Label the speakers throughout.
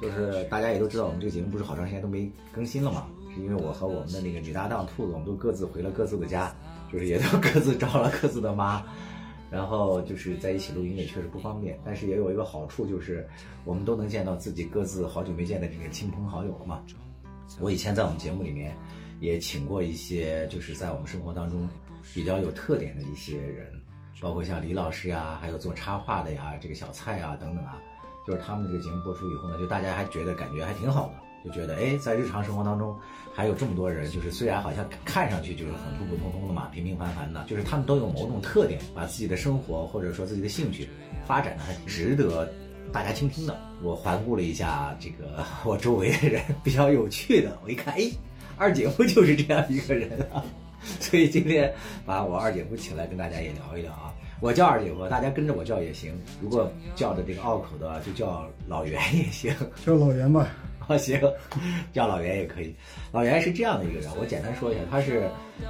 Speaker 1: 就是大家也都知道，我们这个节目不是好长时间都没更新了嘛，是因为我和我们的那个女搭档兔子，我们都各自回了各自的家，就是也都各自找了各自的妈，然后就是在一起录音也确实不方便，但是也有一个好处就是我们都能见到自己各自好久没见的这个亲朋好友了嘛。我以前在我们节目里面也请过一些，就是在我们生活当中比较有特点的一些人，包括像李老师呀，还有做插画的呀，这个小蔡啊等等啊，就是他们这个节目播出以后呢，就大家还觉得感觉还挺好的，就觉得哎，在日常生活当中还有这么多人，就是虽然好像看上去就是很普普通通的嘛，平平凡凡的，就是他们都有某种特点，把自己的生活或者说自己的兴趣发展的还值得大家倾听的。我环顾了一下这个我周围的人，比较有趣的，我一看，哎，二姐夫就是这样一个人啊。 所以今天把我二姐夫请来跟大家也聊一聊啊。我叫二姐夫，大家跟着我叫也行。如果叫的这个拗口的，就叫老袁也行。
Speaker 2: 叫老袁吧。
Speaker 1: 哦，行，叫老袁也可以。老袁是这样的一个人，我简单说一下，他是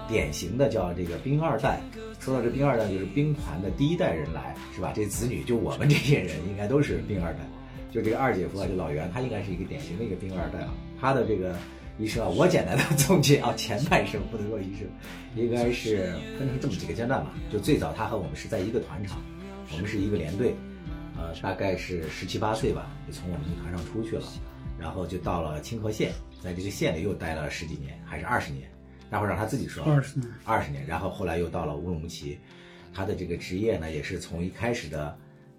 Speaker 1: 典型的叫这个兵二代。说到这兵二代，就是兵团的第一代人来，是吧？这子女就我们这些人，应该都是兵二代。就这个二姐夫啊，这老袁，他应该是一个典型的一个兵二代啊。他的这个一生啊，我简单的总结啊，前半生不能说一生，应该是分成这么几个阶段吧。就最早他和我们是在一个团场，我们是一个连队，呃，大概是十七八岁吧，就从我们团上出去了。然后就到了清河县，在这个县里又待了十几年，还是二十年，待会儿让他自己说。啊
Speaker 2: 二十年，
Speaker 1: 二十年。然后后来又到了乌鲁木齐，他的这个职业呢，也是从一开始的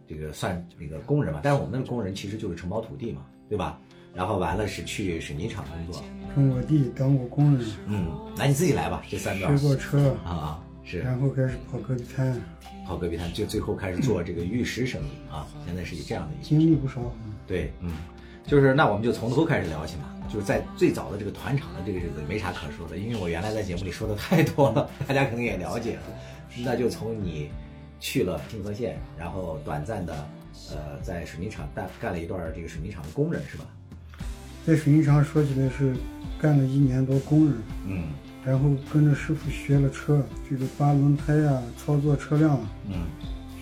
Speaker 1: 这个算那个工人嘛，但是我们那个工人其实就是承包土地嘛，对吧？然后完了是去水泥厂工作。
Speaker 2: 种过地，当过工人，
Speaker 1: 嗯，来你自己来吧，这三段
Speaker 2: 学过车，
Speaker 1: 啊啊是
Speaker 2: 然后开始跑戈壁滩，
Speaker 1: 跑戈壁滩，就最后开始做这个玉石生意啊，现在是这样的一个
Speaker 2: 经历不少。
Speaker 1: 对，嗯，就是那我们就从头开始聊起嘛，就是在最早的这个团场的这个日子没啥可说的，因为我原来在节目里说的太多了，大家肯定也了解了。那就从你去了清河县，然后短暂的呃在水泥厂干干了一段这个水泥厂的工人是吧？
Speaker 2: 在水泥厂说起来是干了一年多工人，
Speaker 1: 嗯
Speaker 2: 然后跟着师傅学了车，这个扒轮胎呀、操作车辆啊，
Speaker 1: 嗯，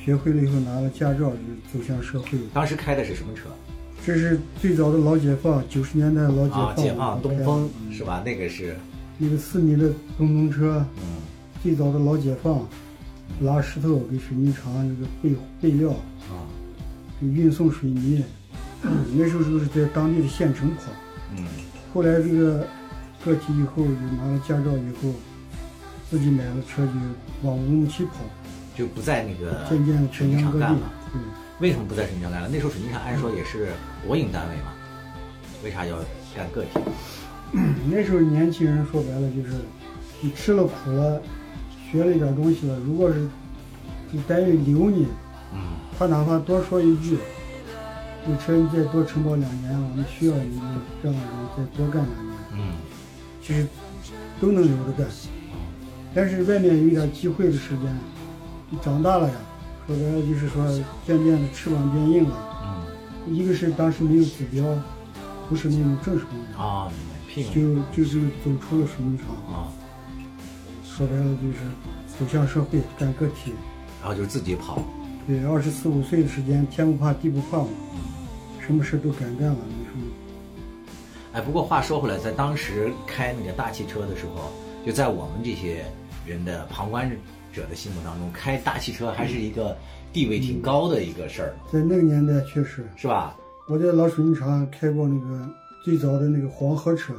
Speaker 2: 学会了以后拿了驾照就走向社会。
Speaker 1: 当时开的是什么车？
Speaker 2: 这是最早的老解放，九十年代的老解放，
Speaker 1: 啊，解放东风
Speaker 2: 嗯
Speaker 1: 是吧？那个是
Speaker 2: 一个四米的东风车，
Speaker 1: 嗯
Speaker 2: 最早的老解放，拉石头给水泥厂这个备备料，
Speaker 1: 啊
Speaker 2: 给运送水泥。嗯那时候就是在当地的县城跑，
Speaker 1: 嗯
Speaker 2: 后来这个个体以后，就拿了驾照以后，自己买了车就往乌鲁木齐跑，
Speaker 1: 就不在那个
Speaker 2: 渐渐的
Speaker 1: 水
Speaker 2: 全
Speaker 1: 泥
Speaker 2: 乡
Speaker 1: 厂
Speaker 2: 各
Speaker 1: 干
Speaker 2: 地
Speaker 1: 了。。
Speaker 2: 对，
Speaker 1: 为什么不在水泥厂干了？那时候水泥厂按说也是国营单位嘛，为啥要干个体？
Speaker 2: 嗯那时候年轻人说白了就是，你吃了苦了，学了一点东西了，如果是这单位留你，
Speaker 1: 嗯，
Speaker 2: 他哪怕多说一句，这车你再多承包两年，我们需要你们这样的人再多干两年，
Speaker 1: 嗯，
Speaker 2: 其实都能留着干。但是外面有一点机会的时间，你长大了呀，说白了就是说渐渐的翅膀变硬了。
Speaker 1: 嗯，
Speaker 2: 一个是当时没有指标，不是那种正式工作，
Speaker 1: 啊，明白，聘用
Speaker 2: 就就是走出了水泥厂，
Speaker 1: 啊，
Speaker 2: 说白了就是走向社会，干个体。
Speaker 1: 然后就是自己跑，
Speaker 2: 对，二十四五岁的时间，天不怕地不怕嘛，什么事都敢干了。你说
Speaker 1: 哎，不过话说回来，在当时开那个大汽车的时候，就在我们这些人的旁观者的心目当中，开大汽车还是一个地位挺高的一个事儿，
Speaker 2: 在那个年代确实，
Speaker 1: 是吧？
Speaker 2: 我在老水泥厂开过那个最早的那个黄河车，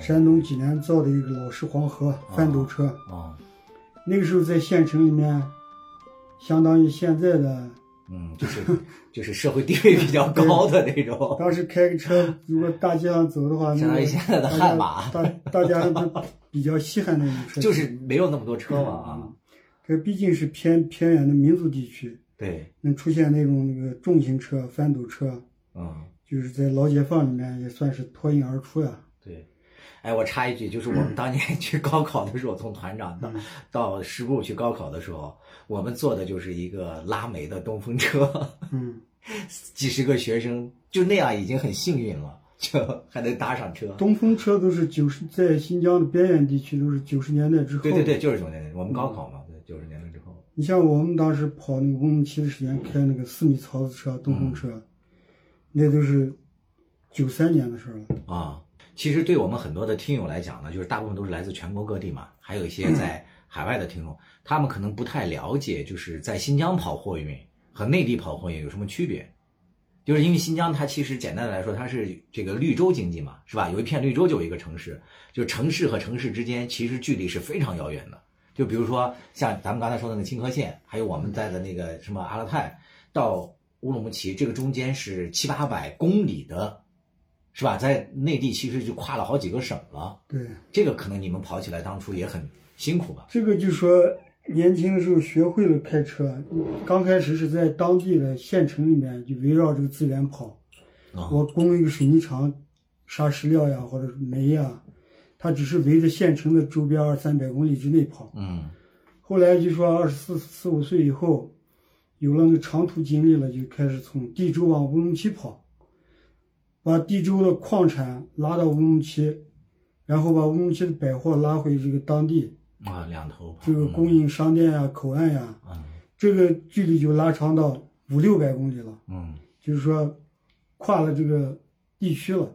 Speaker 2: 山东济南造的一个老式黄河翻斗车。
Speaker 1: 啊，
Speaker 2: 那个时候在县城里面，相当于现在的，
Speaker 1: 嗯，就是就是社会地位比较高的那种，
Speaker 2: 当时开个 车，如果大街上走的话，
Speaker 1: 相
Speaker 2: 那
Speaker 1: 当于
Speaker 2: 个
Speaker 1: 哦现在的悍马
Speaker 2: 大家大大家都比较稀罕那种车，
Speaker 1: 就是没有那么多车嘛啊，
Speaker 2: 这毕竟是偏偏远的民族地区，
Speaker 1: 对，
Speaker 2: 能出现那种那个重型车、翻斗车，
Speaker 1: 嗯。
Speaker 2: 就是在老解放里面也算是脱颖而出呀、
Speaker 1: 对，哎，我插一句，就是我们当年 去高考的时候，从团长到到师部去高考的时候，我们坐的就是一个拉煤的东风车，
Speaker 2: 嗯，
Speaker 1: 几十个学生就那样已经很幸运了，就还能搭上车。
Speaker 2: 东风车都是九十，在新疆的边远地区都是九十年代之后。
Speaker 1: 对对对，。就是九十年代，我们高考嘛，对，九十年代之后，
Speaker 2: 你像我们当时跑那个乌鲁木齐的时间，开那个四米槽子车、东风车，那都是九三年的事儿了。
Speaker 1: 啊，其实对我们很多的听友来讲呢，就是大部分都是来自全国各地嘛，还有一些在海外的听众，他们可能不太了解，就是在新疆跑货运和内地跑货运有什么区别。就是因为新疆，它其实简单的来说，它是这个绿洲经济嘛，是吧？有一片绿洲就有一个城市，就城市和城市之间其实距离是非常遥远的。就比如说像咱们刚才说的那个青稞县，还有我们在的那个什么阿勒泰到乌鲁木齐，这个中间是七八百公里的，是吧？在内地其实就跨了好几个省了。
Speaker 2: 对，
Speaker 1: 这个可能你们跑起来当初也很辛苦吧？
Speaker 2: 这个就说年轻的时候学会了开车，刚开始是在当地的县城里面就围绕这个资源跑，
Speaker 1: 啊、
Speaker 2: 我供一个水泥厂，沙石料呀或者煤呀，它只是围着县城的周边二三百公里之内跑。
Speaker 1: 嗯
Speaker 2: 后来就说二十四四五岁以后，有了那个长途经历了，就开始从地州往乌鲁木齐跑，把地州的矿产拉到乌鲁木齐，然后把乌鲁木齐的百货拉回这个当地
Speaker 1: 啊，两头跑。
Speaker 2: 这个供应商店呀、口岸呀、
Speaker 1: 嗯
Speaker 2: 这个距离就拉长到五六百公里了，
Speaker 1: 嗯
Speaker 2: 就是说跨了这个地区了。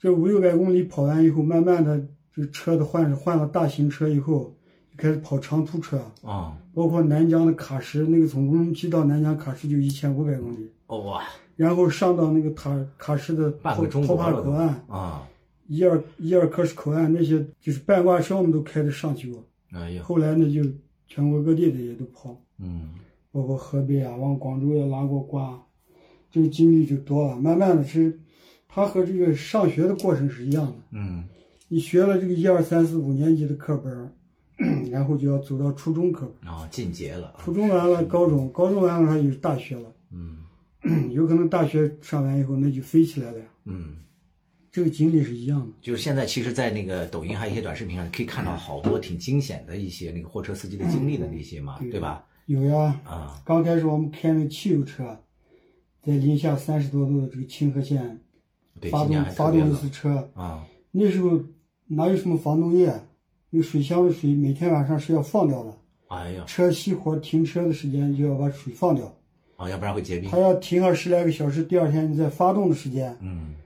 Speaker 2: 这五六百公里跑完以后，慢慢的这个车的换换了大型车以后，就开始跑长途车。
Speaker 1: 啊，
Speaker 2: 包括南疆的喀什，那个从乌鲁木齐到南疆喀什就一千五百公里，
Speaker 1: 哦哇，
Speaker 2: 然后上到那个塔喀什的
Speaker 1: 半
Speaker 2: 托
Speaker 1: 个中
Speaker 2: 托
Speaker 1: 国
Speaker 2: 帕
Speaker 1: 了
Speaker 2: 口
Speaker 1: 都
Speaker 2: 岸、
Speaker 1: 啊，
Speaker 2: 伊尔伊尔克什口岸那些，就是半挂车我们都开着上去过。
Speaker 1: 哎呦，
Speaker 2: 后来呢，就全国各地的也都跑，
Speaker 1: 嗯。
Speaker 2: 包括河北啊，往广州也拉过挂，这个经历就多了。慢慢的是，它和这个上学的过程是一样的，
Speaker 1: 嗯
Speaker 2: 你学了这个一二三四五年级的课本儿， 然后就要走到初中课本儿，
Speaker 1: 然后进阶了啊，
Speaker 2: 初中完了高中，高中完了还有大学了。
Speaker 1: 嗯
Speaker 2: 有可能大学上完以后那就飞起来了呀，
Speaker 1: 嗯，
Speaker 2: 这个经历是一样的。
Speaker 1: 就是现在，其实，在那个抖音还有一些短视频上，可以看到好多挺惊险的一些那个货车司机的经历的那些
Speaker 2: 嗯
Speaker 1: 嘛，对吧？
Speaker 2: 有呀，
Speaker 1: 啊，
Speaker 2: 刚开始我们开那汽油车，在零下三十多度的这个清河县
Speaker 1: 对，
Speaker 2: 发
Speaker 1: 今
Speaker 2: 动
Speaker 1: 年还
Speaker 2: 发
Speaker 1: 特别
Speaker 2: 动一
Speaker 1: 冷
Speaker 2: 次车，
Speaker 1: 啊，
Speaker 2: 那时候哪有什么防冻液，那水箱的水每天晚上是要放掉的，
Speaker 1: 哎呀，
Speaker 2: 车熄火停车的时间就要把水放掉，
Speaker 1: 啊，要不然会结冰
Speaker 2: 它。要停上十来个小时，第二天你再发动的时间，
Speaker 1: 嗯，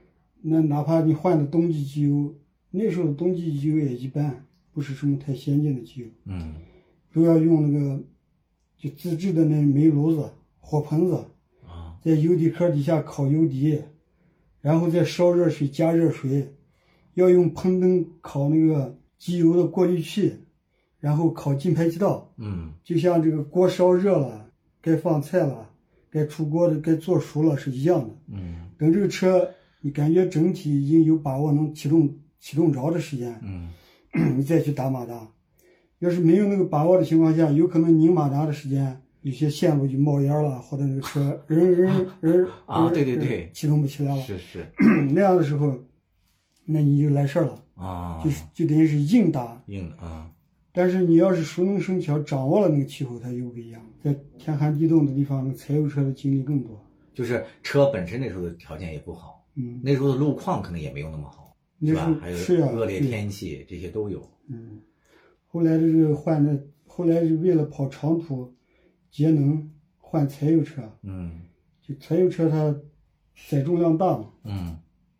Speaker 2: 那哪怕你换的冬季机油，那时候的冬季机油也一般，不是什么太先进的机油。
Speaker 1: 嗯，
Speaker 2: 都要用那个就自制的那煤炉子、火盆子，
Speaker 1: 啊，
Speaker 2: 在油底壳底下烤油底，然后再烧热水加热水，要用喷灯烤那个机油的过滤器，然后烤进排气道。
Speaker 1: 嗯，
Speaker 2: 就像这个锅烧热了，该放菜了，该出锅的该做熟了是一样的。
Speaker 1: 嗯，
Speaker 2: 等这个车你感觉整体已经有把握能启动启动着的时间，
Speaker 1: 嗯，
Speaker 2: 你再去打马达。要是没有那个把握的情况下，有可能拧马达的时间，有些线路就冒烟了，或者那个车人人人
Speaker 1: 啊
Speaker 2: 人
Speaker 1: 对对
Speaker 2: 人
Speaker 1: 对
Speaker 2: 启动不起来了。
Speaker 1: 是是
Speaker 2: 那样的时候，那你就来事儿了，
Speaker 1: 啊
Speaker 2: 就，就等于是硬打。
Speaker 1: 硬的啊，
Speaker 2: 但是你要是熟能生巧，掌握了那个气候，它又不一样。在天寒地冻的地方，那个柴油车的经历更多。
Speaker 1: 就是车本身那时候的条件也不好，
Speaker 2: 嗯，
Speaker 1: 那时候的路况可能也没有那么好，
Speaker 2: 那
Speaker 1: 是
Speaker 2: 时
Speaker 1: 吧
Speaker 2: 候？
Speaker 1: 还
Speaker 2: 是
Speaker 1: 有
Speaker 2: 呀，
Speaker 1: 恶劣
Speaker 2: 对
Speaker 1: 天气这些都有。
Speaker 2: 嗯，后来这个换的，后来是为了跑长途，节能换柴油车。
Speaker 1: 嗯
Speaker 2: 就柴油车它载重量大嘛，
Speaker 1: 嗯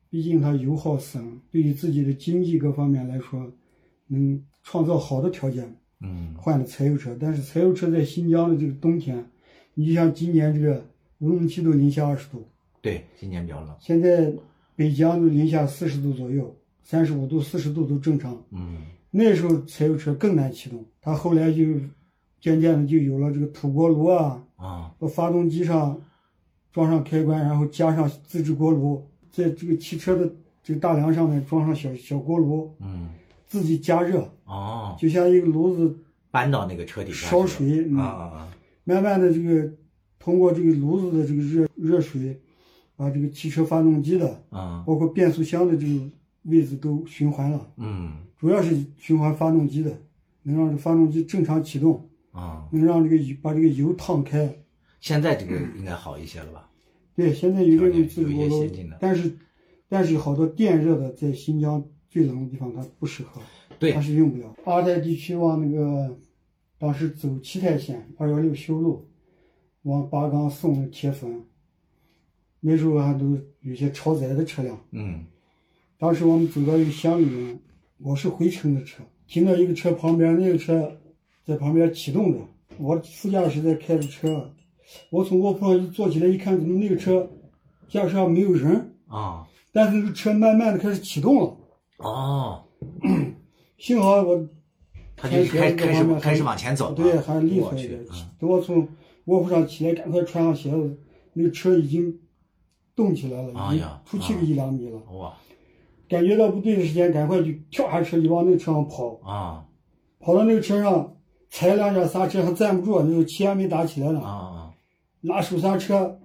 Speaker 2: 毕竟它油耗省，对于自己的经济各方面来说，能创造好的条件
Speaker 1: 嗯
Speaker 2: 换了柴油车。但是柴油车在新疆的这个冬天，你就像今年这个乌鲁木齐都零下二十度，
Speaker 1: 对，今年比较冷。
Speaker 2: 现在北疆都零下四十度左右，三十五度、四十度都正常。
Speaker 1: 嗯
Speaker 2: 那时候柴油车更难启动，它后来就渐渐的就有了这个土锅炉啊，
Speaker 1: 啊，
Speaker 2: 把发动机上装上开关，然后加上自制锅炉，在这个汽车的这个大梁上面装上小小锅炉，
Speaker 1: 嗯
Speaker 2: 自己加热，
Speaker 1: 哦，
Speaker 2: 就像一个炉子，
Speaker 1: 搬到那个车底下
Speaker 2: 烧
Speaker 1: 去
Speaker 2: 水嗯
Speaker 1: 了啊啊啊！
Speaker 2: 慢慢的这个通过这个炉子的这个热热水，把这个汽车发动机的，
Speaker 1: 啊，
Speaker 2: 包括变速箱的这个位置都循环了，
Speaker 1: 嗯
Speaker 2: 主要是循环发动机的，能让这发动机正常启动，
Speaker 1: 啊，
Speaker 2: 能让这个油把这个油烫开。
Speaker 1: 现在这个应该好一些了吧？
Speaker 2: 对，现在有这种自
Speaker 1: 有
Speaker 2: 主
Speaker 1: 一
Speaker 2: 锅
Speaker 1: 些
Speaker 2: 炉
Speaker 1: 先进的，
Speaker 2: 但是但是好多电热的在新疆最冷的地方它不适合，
Speaker 1: 对
Speaker 2: 它，是用不了。阿泰地区往那个当时走七台县二幺六修路，往巴岗送铁粉，那时候还都有些超载的车辆。
Speaker 1: 嗯
Speaker 2: 当时我们走到一个乡里面，我是回城的车，停到一个车旁边，那个车在旁边启动着，我副驾驶在开着车，我从卧铺上一坐起来一看，怎么那个车驾驶上没有人，
Speaker 1: 啊
Speaker 2: 但是那个车慢慢的开始启动了，
Speaker 1: 哦，
Speaker 2: 幸好我
Speaker 1: 他就是开
Speaker 2: 开
Speaker 1: 开
Speaker 2: 学这方
Speaker 1: 始
Speaker 2: 面
Speaker 1: 开始往前走了，
Speaker 2: 对还厉
Speaker 1: 我
Speaker 2: 害一
Speaker 1: 去
Speaker 2: 点
Speaker 1: 嗯，
Speaker 2: 等我从卧铺上起来，赶快穿上鞋子，那个车已经动起来了，
Speaker 1: 哎
Speaker 2: 已经
Speaker 1: 呀
Speaker 2: 出去个
Speaker 1: 啊
Speaker 2: 一两米了，
Speaker 1: 哇
Speaker 2: 感觉到不对的时间，赶快就跳下车就往那个车上跑。
Speaker 1: 啊
Speaker 2: 跑到那个车上踩两下刹车还站不住，那时候气还没打起来呢，
Speaker 1: 啊啊
Speaker 2: 拿手刹车，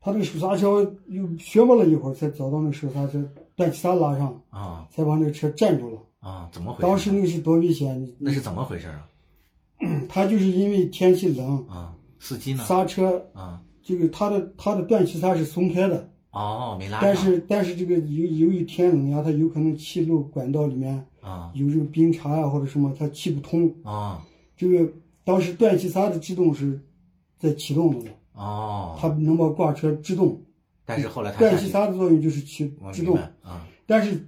Speaker 2: 他这个手刹车又学摸了一会儿，才找到那个手刹车，把其他拉上，
Speaker 1: 啊
Speaker 2: 才把那个车站住了。
Speaker 1: 啊！怎么回事？
Speaker 2: 当时那个是多危险！
Speaker 1: 那是怎么回事啊？
Speaker 2: 他就是因为天气冷，
Speaker 1: 啊，司机呢？
Speaker 2: 刹车
Speaker 1: 啊
Speaker 2: 这个他的他的断气刹是松开的，
Speaker 1: 哦，没拉上
Speaker 2: 但是但是这个由由于天冷呀，它有可能气路管道里面
Speaker 1: 啊
Speaker 2: 有这个冰碴呀或者什么，它气不通。
Speaker 1: 啊
Speaker 2: 这个当时断气刹的制动是在启动的，它
Speaker 1: 哦，
Speaker 2: 能把挂车制动。
Speaker 1: 但是后来他
Speaker 2: 断
Speaker 1: 下
Speaker 2: 气
Speaker 1: 去
Speaker 2: 刹的作用就是起
Speaker 1: 我
Speaker 2: 制
Speaker 1: 明
Speaker 2: 动
Speaker 1: 白，啊，
Speaker 2: 但是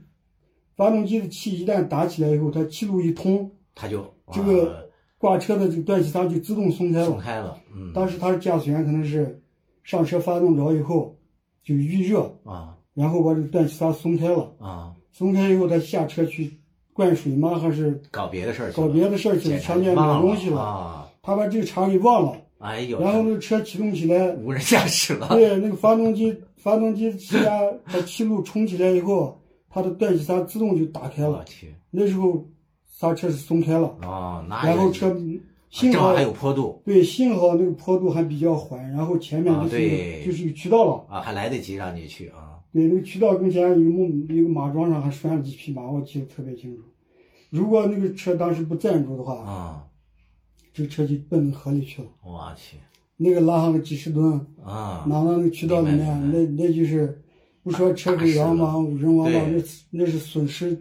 Speaker 2: 发动机的气一旦打起来以后，它气路一通，
Speaker 1: 他就
Speaker 2: 这个挂车的这个断气刹就自动松开
Speaker 1: 哇松
Speaker 2: 了。
Speaker 1: 开了，嗯
Speaker 2: 当时他的驾驶员可能是上车发动着以后就预热，
Speaker 1: 啊
Speaker 2: 然后把这个断气刹松开了，
Speaker 1: 啊，
Speaker 2: 松开以后他下车去灌水吗？还是
Speaker 1: 搞别的事儿去了，
Speaker 2: 搞别的事儿去了？
Speaker 1: 检查
Speaker 2: 商店买
Speaker 1: 忘
Speaker 2: 东西了，
Speaker 1: 啊！
Speaker 2: 他把这个茬给忘了，
Speaker 1: 哎呦，
Speaker 2: 然后那个车启动起来，
Speaker 1: 无人驾驶了，
Speaker 2: 对，那个发动机，发动机气压把气路冲起来以后，它的断气刹自动就打开
Speaker 1: 我
Speaker 2: 了。
Speaker 1: 去
Speaker 2: 那时候刹车是松开了，
Speaker 1: 哦，那
Speaker 2: 然后
Speaker 1: 也
Speaker 2: 车幸
Speaker 1: 正好
Speaker 2: 好
Speaker 1: 还有坡度
Speaker 2: 对，幸好那个坡度还比较缓，然后前面
Speaker 1: 啊
Speaker 2: 就是一
Speaker 1: 对
Speaker 2: 个就是一个渠道了。
Speaker 1: 啊，还来得及让你去啊
Speaker 2: 对，那个渠道跟前有个木有个马桩上还拴了几匹马，我记得特别清楚。如果那个车当时不站住的话，
Speaker 1: 啊！
Speaker 2: 这个车就奔河里去了。
Speaker 1: 我去
Speaker 2: 那个拉上了几十吨，
Speaker 1: 啊！
Speaker 2: 拿到那个渠道里面，
Speaker 1: 明白
Speaker 2: 那那就是不说车毁人亡人亡吧，
Speaker 1: 对
Speaker 2: 那那是损失，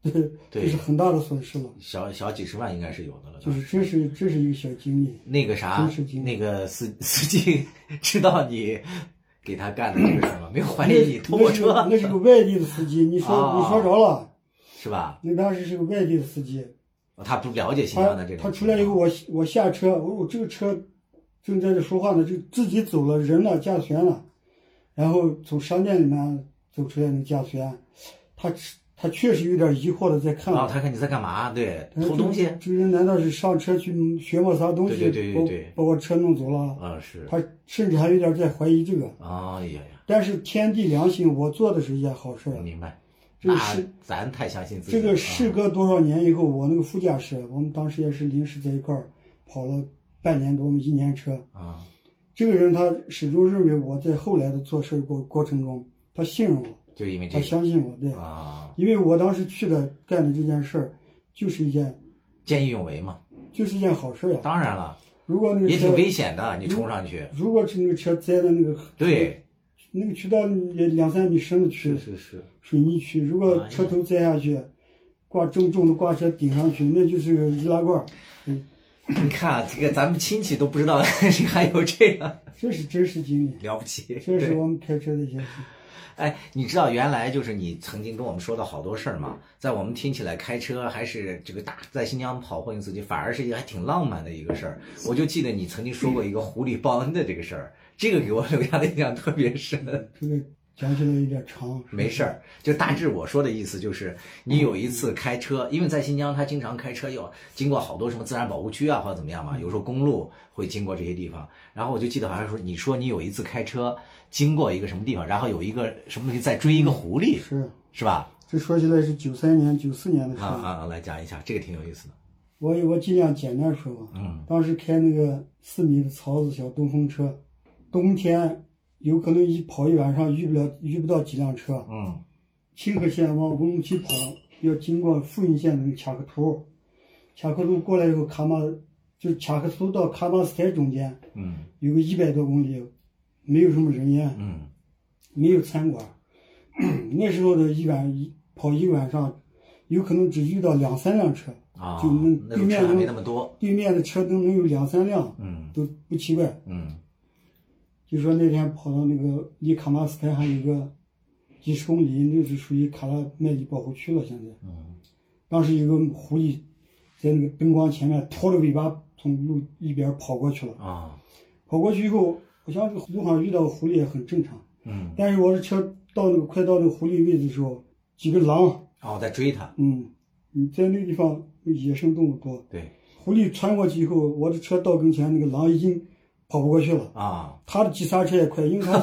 Speaker 2: 对，
Speaker 1: 对
Speaker 2: 这是很大的损失了。
Speaker 1: 小小几十万应该是有的了，
Speaker 2: 就是这是这是一个小经历，
Speaker 1: 那个啥
Speaker 2: 真是惊，人
Speaker 1: 那个司 司机知道你给他干的这个事儿吗？没有怀
Speaker 2: 那
Speaker 1: 疑你偷过
Speaker 2: 那是
Speaker 1: 车
Speaker 2: 个那是个外地的司机，你说
Speaker 1: 啊
Speaker 2: 你说着了，
Speaker 1: 是吧？
Speaker 2: 那当时是个外地的司机，
Speaker 1: 他不了解新
Speaker 2: 他
Speaker 1: 疆的这种。
Speaker 2: 他出来以后，，我我下车，我我这个车正在这说话呢，就自己走了，人呢，驾驶员呢，然后从商店里面走出来那个驾驶员，他他确实有点疑惑的在看
Speaker 1: 然后哦
Speaker 2: 我。
Speaker 1: 他看你在干嘛？对，
Speaker 2: 哎
Speaker 1: 偷东西。
Speaker 2: 这这人难道是上车去学摸啥东西，
Speaker 1: 对对对对对
Speaker 2: 把把我车弄走了？
Speaker 1: 啊，是。
Speaker 2: 他甚至还有点在怀疑这个。
Speaker 1: 哎呀呀，
Speaker 2: 但是天地良心，我做的是一件好事儿。
Speaker 1: 明白。
Speaker 2: 这个
Speaker 1: 那
Speaker 2: 是
Speaker 1: 咱太相信自己
Speaker 2: 这
Speaker 1: 了。
Speaker 2: 个事
Speaker 1: 啊
Speaker 2: 隔多少年以后，我那个副驾驶，我们当时也是临时在一块儿跑了半年多，我们一年车。
Speaker 1: 啊，
Speaker 2: 这个人他始终认为我在后来的做事儿过过程中，他信任我，
Speaker 1: 就因为这
Speaker 2: 他
Speaker 1: 个
Speaker 2: 相信我，对，
Speaker 1: 啊，
Speaker 2: 因为我当时去的干的这件事儿，就是一件
Speaker 1: 见义勇为嘛。
Speaker 2: 就是一件好事儿呀。
Speaker 1: 当然了，
Speaker 2: 如果那个
Speaker 1: 也
Speaker 2: 车
Speaker 1: 挺危险的，你冲上去。
Speaker 2: 如果是那个车栽在那个
Speaker 1: 对，
Speaker 2: 那个渠道也两三米深的渠
Speaker 1: 是是。
Speaker 2: 水泥渠，如果车头栽下去，挂重重的挂车顶上去，那就是个易拉罐。嗯，
Speaker 1: 你看这个，咱们亲戚都不知道 还有这个
Speaker 2: 这是真实经历，
Speaker 1: 了不起。
Speaker 2: 这是
Speaker 1: 对
Speaker 2: 我们开车的一些事。
Speaker 1: 哎，你知道原来就是你曾经跟我们说的好多事儿吗？在我们听起来，开车还是这个大在新疆跑婚姻司机，反而是一个还挺浪漫的一个事儿。我就记得你曾经说过一个狐狸报恩的这个事儿，这个给我留下的印象特别深。
Speaker 2: 这个讲起来有点长，
Speaker 1: 没事儿，就大致我说的意思就是，你有一次开车，因为在新疆他经常开车要经过好多什么自然保护区啊或者怎么样嘛，有时候公路会经过这些地方。然后我就记得好像说你说你有一次开车经过一个什么地方，然后有一个什么东西在追一个狐狸，
Speaker 2: 是
Speaker 1: 是吧？
Speaker 2: 这说起来是九三年、九四年的事
Speaker 1: 啊啊
Speaker 2: 儿。
Speaker 1: 啊！来讲一下，这个挺有意思的。
Speaker 2: 我我尽量简单说吧。
Speaker 1: 嗯
Speaker 2: 当时开那个四米的槽子小东风车，冬天有可能一跑一晚上遇不了遇不到几辆车。
Speaker 1: 嗯
Speaker 2: 清河县往乌鲁木齐跑，要经过富蕴县的那个恰克图，恰克图过来以后，喀马就恰克苏到喀马斯台中间
Speaker 1: 嗯
Speaker 2: 有个一百多公里，没有什么人烟，
Speaker 1: 嗯
Speaker 2: 没有餐馆。 那时候的一晚一跑一晚上，有可能只遇到两三辆车，
Speaker 1: 啊
Speaker 2: 就那，
Speaker 1: 那种
Speaker 2: 地面
Speaker 1: 车还没
Speaker 2: 能
Speaker 1: 那么多。
Speaker 2: 对面的车都能有两三辆，
Speaker 1: 嗯
Speaker 2: 都不奇怪。
Speaker 1: 嗯
Speaker 2: 就说那天跑到那个离卡拉斯台还有个几十公里，那是属于卡拉麦里保护区了。现在，
Speaker 1: 嗯
Speaker 2: 当时有个狐狸在那个灯光前面拖着尾巴从路一边跑过去了。
Speaker 1: 啊
Speaker 2: 跑过去以后，我想这个路上遇到狐狸也很正常。
Speaker 1: 嗯，
Speaker 2: 但是我是车到那个快到那个狐狸位置的时候，几个狼，
Speaker 1: 哦，在追他，
Speaker 2: 嗯，你在那个地方野生动物多，
Speaker 1: 对
Speaker 2: 狐狸穿过去以后，我的车到跟前，那个狼已经跑不过去了。
Speaker 1: 啊，
Speaker 2: 他的急刹车也快，因为他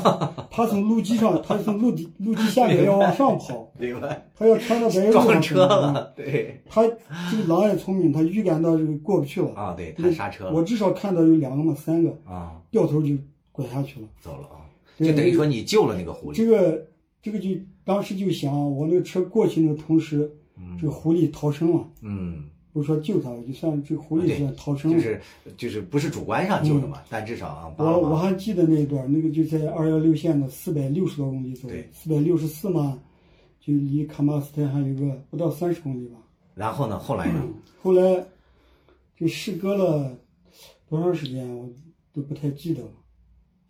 Speaker 2: 他 从路基上，他从陆地陆地下面要往上跑，
Speaker 1: 明白，
Speaker 2: 他要穿到白路
Speaker 1: 撞
Speaker 2: 上
Speaker 1: 车了，对
Speaker 2: 他这个狼也聪明，他预感到这个过不去了，
Speaker 1: 啊，对，他刹车
Speaker 2: 我
Speaker 1: 了
Speaker 2: 至少看到有两个嘛，三个
Speaker 1: 啊，
Speaker 2: 掉头就拐下去了。
Speaker 1: 走了啊，就
Speaker 2: 对
Speaker 1: 等于说你救了那个狐狸
Speaker 2: 这个这个就当时就想，我那个车过去的同时，这个狐狸逃生了，
Speaker 1: 嗯，
Speaker 2: 不是说救它，就算这狐狸算逃生
Speaker 1: 啊就
Speaker 2: 了。
Speaker 1: 是就是不是主观上救的嘛，但至少啊，帮
Speaker 2: 我
Speaker 1: 了
Speaker 2: 我
Speaker 1: 忙，
Speaker 2: 还记得那一段，那个就在二幺六线的四百六十多公里左右
Speaker 1: 对，
Speaker 2: 四百六十四嘛，就离卡马斯坦还有个不到三十公里吧。
Speaker 1: 然后呢，后来呢，
Speaker 2: 后来就事隔了多长时间，我都不太记得了。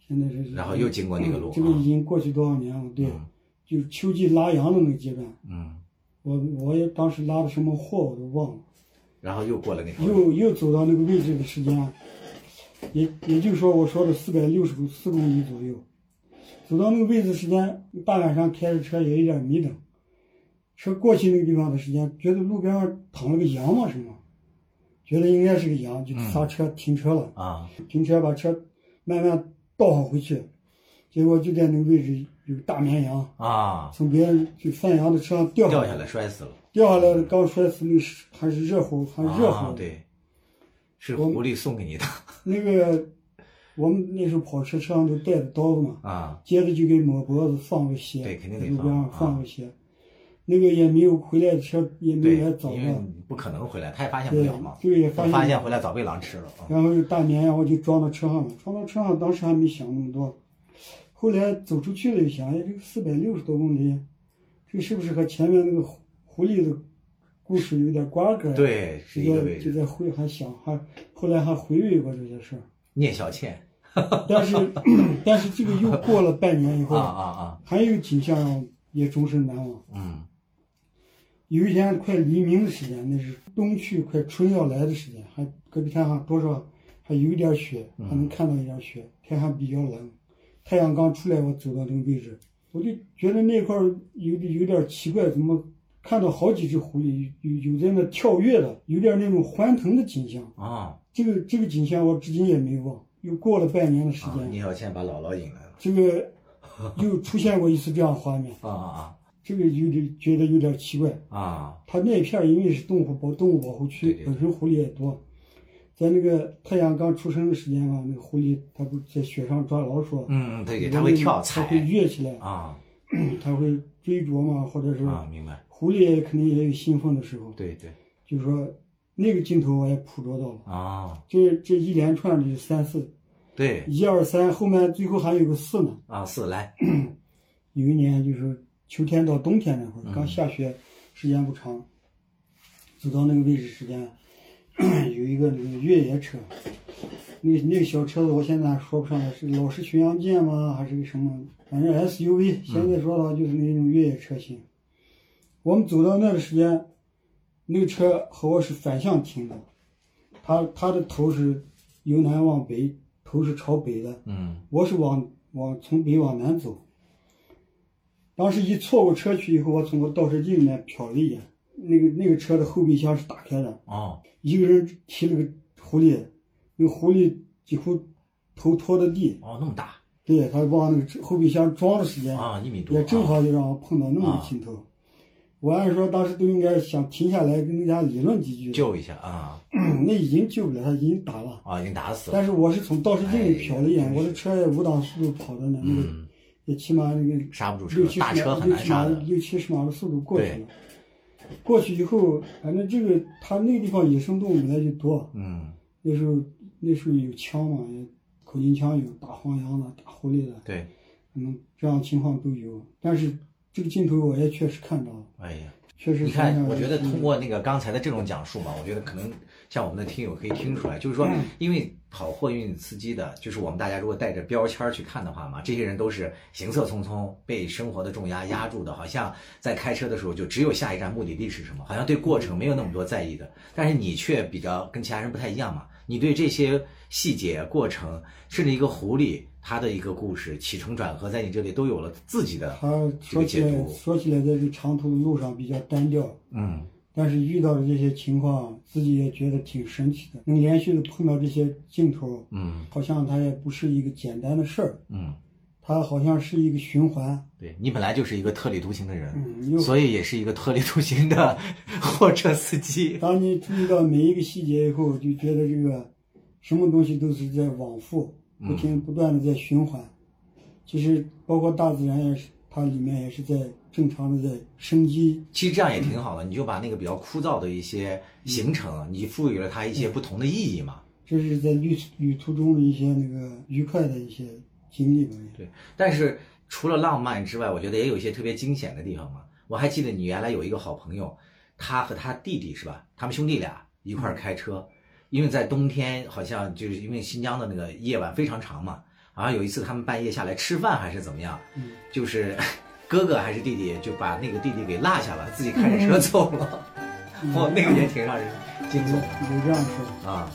Speaker 2: 现在是
Speaker 1: 然后又经过那个路
Speaker 2: 嗯这个
Speaker 1: 啊
Speaker 2: 已经过去多少年了？对，
Speaker 1: 嗯
Speaker 2: 就是秋季拉羊的那个阶段，
Speaker 1: 嗯，
Speaker 2: 我我也当时拉的什么货我都忘了，
Speaker 1: 然后又过了那条路，
Speaker 2: 又又走到那个位置的时间，啊也也就是说我说的四百六十四公里左右，走到那个位置时间，大晚上开着车也有点迷瞪，车过去那个地方的时间，觉得路边上躺了个羊嘛什么，觉得应该是个羊，
Speaker 1: 嗯
Speaker 2: 就刹车停车了，
Speaker 1: 啊，
Speaker 2: 停车把车慢慢倒好回去，结果就在那个位置有个大绵羊
Speaker 1: 啊，
Speaker 2: 从别人就放羊的车上掉
Speaker 1: 掉下来摔死了，
Speaker 2: 掉下来刚摔死那个是还是热乎，还是热乎。
Speaker 1: 啊，对，是狐狸送给你的
Speaker 2: 那个我们那时候跑车车上都带着刀子嘛，
Speaker 1: 啊，
Speaker 2: 接着就给抹脖子放个血，
Speaker 1: 对肯定得
Speaker 2: 在路
Speaker 1: 放
Speaker 2: 边上
Speaker 1: 啊
Speaker 2: 放个血。那个也没有回来的车，也没
Speaker 1: 对，
Speaker 2: 有来找
Speaker 1: 因为
Speaker 2: 的，
Speaker 1: 你不可能回来，他也发现不
Speaker 2: 对
Speaker 1: 了嘛，，
Speaker 2: 就也
Speaker 1: 他
Speaker 2: 发
Speaker 1: 发
Speaker 2: 现。
Speaker 1: 现回来早被狼吃了啊，
Speaker 2: 然后这大绵羊我就装到车上了，装到车上当时还没想那么多，后来走出去了一想，哎，这个四百六十多公里，这是不是和前面那个狐狐狸的故事有点瓜葛呀？
Speaker 1: 对，是一
Speaker 2: 就
Speaker 1: 个
Speaker 2: 在
Speaker 1: 位
Speaker 2: 就
Speaker 1: 置，
Speaker 2: 在回还想还后来还回味过这些事儿，
Speaker 1: 聂小倩
Speaker 2: 但是但是这个又过了半年以
Speaker 1: 啊
Speaker 2: 后，
Speaker 1: 啊啊，
Speaker 2: 还有一个景象让我也终身难忘。
Speaker 1: 嗯
Speaker 2: 有一天快黎明的时间，那是冬去快春要来的时间，还戈壁滩上多少还有一点雪，
Speaker 1: 嗯
Speaker 2: 还能看到一点雪，天还比较冷，太阳刚出来，我走到那个位置，我就觉得那块儿有点有点奇怪，怎么看到好几只狐狸，有有有在那跳跃的，有点那种欢腾的景象。
Speaker 1: 啊
Speaker 2: 这个这个景象我至今也没忘。又过了半年的时
Speaker 1: 啊，
Speaker 2: 间，
Speaker 1: 聂小倩把姥姥引来了
Speaker 2: 这个又出现过一次这样 画面，
Speaker 1: 啊啊
Speaker 2: 这个有点觉得有点奇怪。
Speaker 1: 啊啊，
Speaker 2: 它那片儿因为是动物保动物保护
Speaker 1: 对
Speaker 2: 区，
Speaker 1: 对对
Speaker 2: 本身狐狸也多，在那个太阳刚出生的时间嘛，那个狐狸它不是在雪上抓老鼠，
Speaker 1: 嗯，对，他会跳踩
Speaker 2: 它会跃起来，
Speaker 1: 啊
Speaker 2: 它会追逐嘛，或者是
Speaker 1: 啊，明白，
Speaker 2: 狐狸肯定也有兴奋的时候，
Speaker 1: 对对
Speaker 2: 就是说那个镜头我也捕捉到了。
Speaker 1: 啊，
Speaker 2: 这这一连串的三四
Speaker 1: 对
Speaker 2: 一二三，后面最后还有个四呢。
Speaker 1: 啊，四来，
Speaker 2: 有一年就是秋天到冬天那会儿，刚下雪，时间不长，走到那个位置时间， 有一个那个越野车，那那个小车子我现在还说不上来是老式巡洋舰吗，还是个什么，反正 SUV，现在说的话就是那种越野车型。我们走到那的时间，那个车和我是反向停的，它它的头是由南往北，头是朝北的，
Speaker 1: 嗯
Speaker 2: 我是往往从北往南走。当时一错过车去以后，我从我倒车镜里面瞟了一眼，那个那个车的后备箱是打开的，
Speaker 1: 哦
Speaker 2: 一个人提了个狐狸，那个狐狸几乎头拖着地，
Speaker 1: 哦，那么大
Speaker 2: 对他往那个后备箱装的时间，
Speaker 1: 啊，一米多，
Speaker 2: 也正好就让我碰到那么个镜头。我按说当时都应该想停下来跟人家理论几句，
Speaker 1: 救一下啊
Speaker 2: 那已经救不了，他已经打了。
Speaker 1: 啊，已经打死了，
Speaker 2: 但是我是从倒车镜里
Speaker 1: 哎
Speaker 2: 瞟了一眼，
Speaker 1: 真
Speaker 2: 我的车也五档速度跑的呢，那个
Speaker 1: 嗯，
Speaker 2: 也起码那个
Speaker 1: 刹不住
Speaker 2: 六
Speaker 1: 车，
Speaker 2: 七
Speaker 1: 大
Speaker 2: 十
Speaker 1: 车
Speaker 2: 码
Speaker 1: 很
Speaker 2: 六
Speaker 1: 难
Speaker 2: 七
Speaker 1: 刹
Speaker 2: 码
Speaker 1: 的，
Speaker 2: 六七十码的速度过去了。过去以后，反正这个他那个地方野生动物本来就多，
Speaker 1: 嗯，
Speaker 2: 那时候那时候有枪嘛，也口径枪有，打黄羊的、打狐狸的，
Speaker 1: 对，
Speaker 2: 可能这样情况都有。但是这个镜头我也确实看到了，
Speaker 1: 哎呀，
Speaker 2: 确实
Speaker 1: 你
Speaker 2: 想
Speaker 1: 看，
Speaker 2: 想
Speaker 1: 我
Speaker 2: 也
Speaker 1: 觉得
Speaker 2: 挺
Speaker 1: 通过那个刚才的这种讲述嘛，我觉得可能像我们的听友可以听出来，就是说，因为跑货运司机的，就是我们大家如果带着标签儿去看的话嘛，这些人都是行色匆匆，被生活的重压压住的，好像在开车的时候就只有下一站目的地是什么，好像对过程没有那么多在意的。但是你却比较跟其他人不太一样嘛，你对这些细节、过程，甚至一个狐狸它的一个故事起承转合，在你这里都有了自己的
Speaker 2: 他
Speaker 1: 这
Speaker 2: 说
Speaker 1: 个
Speaker 2: 起
Speaker 1: 解
Speaker 2: 来
Speaker 1: 读。
Speaker 2: 说起来在这长途的路上比较单调，
Speaker 1: 嗯，
Speaker 2: 但是遇到的这些情况，自己也觉得挺神奇的，能连续的碰到这些镜头，
Speaker 1: 嗯
Speaker 2: 好像它也不是一个简单的事儿，
Speaker 1: 嗯。
Speaker 2: 它好像是一个循环。
Speaker 1: 对你本来就是一个特立独行的人，
Speaker 2: 嗯又
Speaker 1: 所以也是一个特立独行的 货车司机。
Speaker 2: 当你注意到每一个细节以后，就觉得这个什么东西都是在往复，
Speaker 1: 嗯
Speaker 2: 不停不断的在循环。其实包括大自然也是，它里面也是在正常的在生机。
Speaker 1: 其实这样也挺好的，你就把那个比较枯燥的一些行程，你赋予了它一些不同的意义嘛。
Speaker 2: 这是在旅旅途中的一些那个愉快的一些经历吧。
Speaker 1: 对，但是除了浪漫之外，我觉得也有一些特别惊险的地方嘛。我还记得你原来有一个好朋友，他和他弟弟是吧？他们兄弟俩一块儿开车，因为在冬天，好像就是因为新疆的那个夜晚非常长嘛，好像有一次他们半夜下来吃饭还是怎么样，
Speaker 2: 嗯
Speaker 1: 就是 哥哥还是弟弟就把那个弟弟给落下了，自己开着
Speaker 2: 嗯
Speaker 1: 车走了。 哦，那个也挺让人惊悚的
Speaker 2: 有这样说。
Speaker 1: 啊。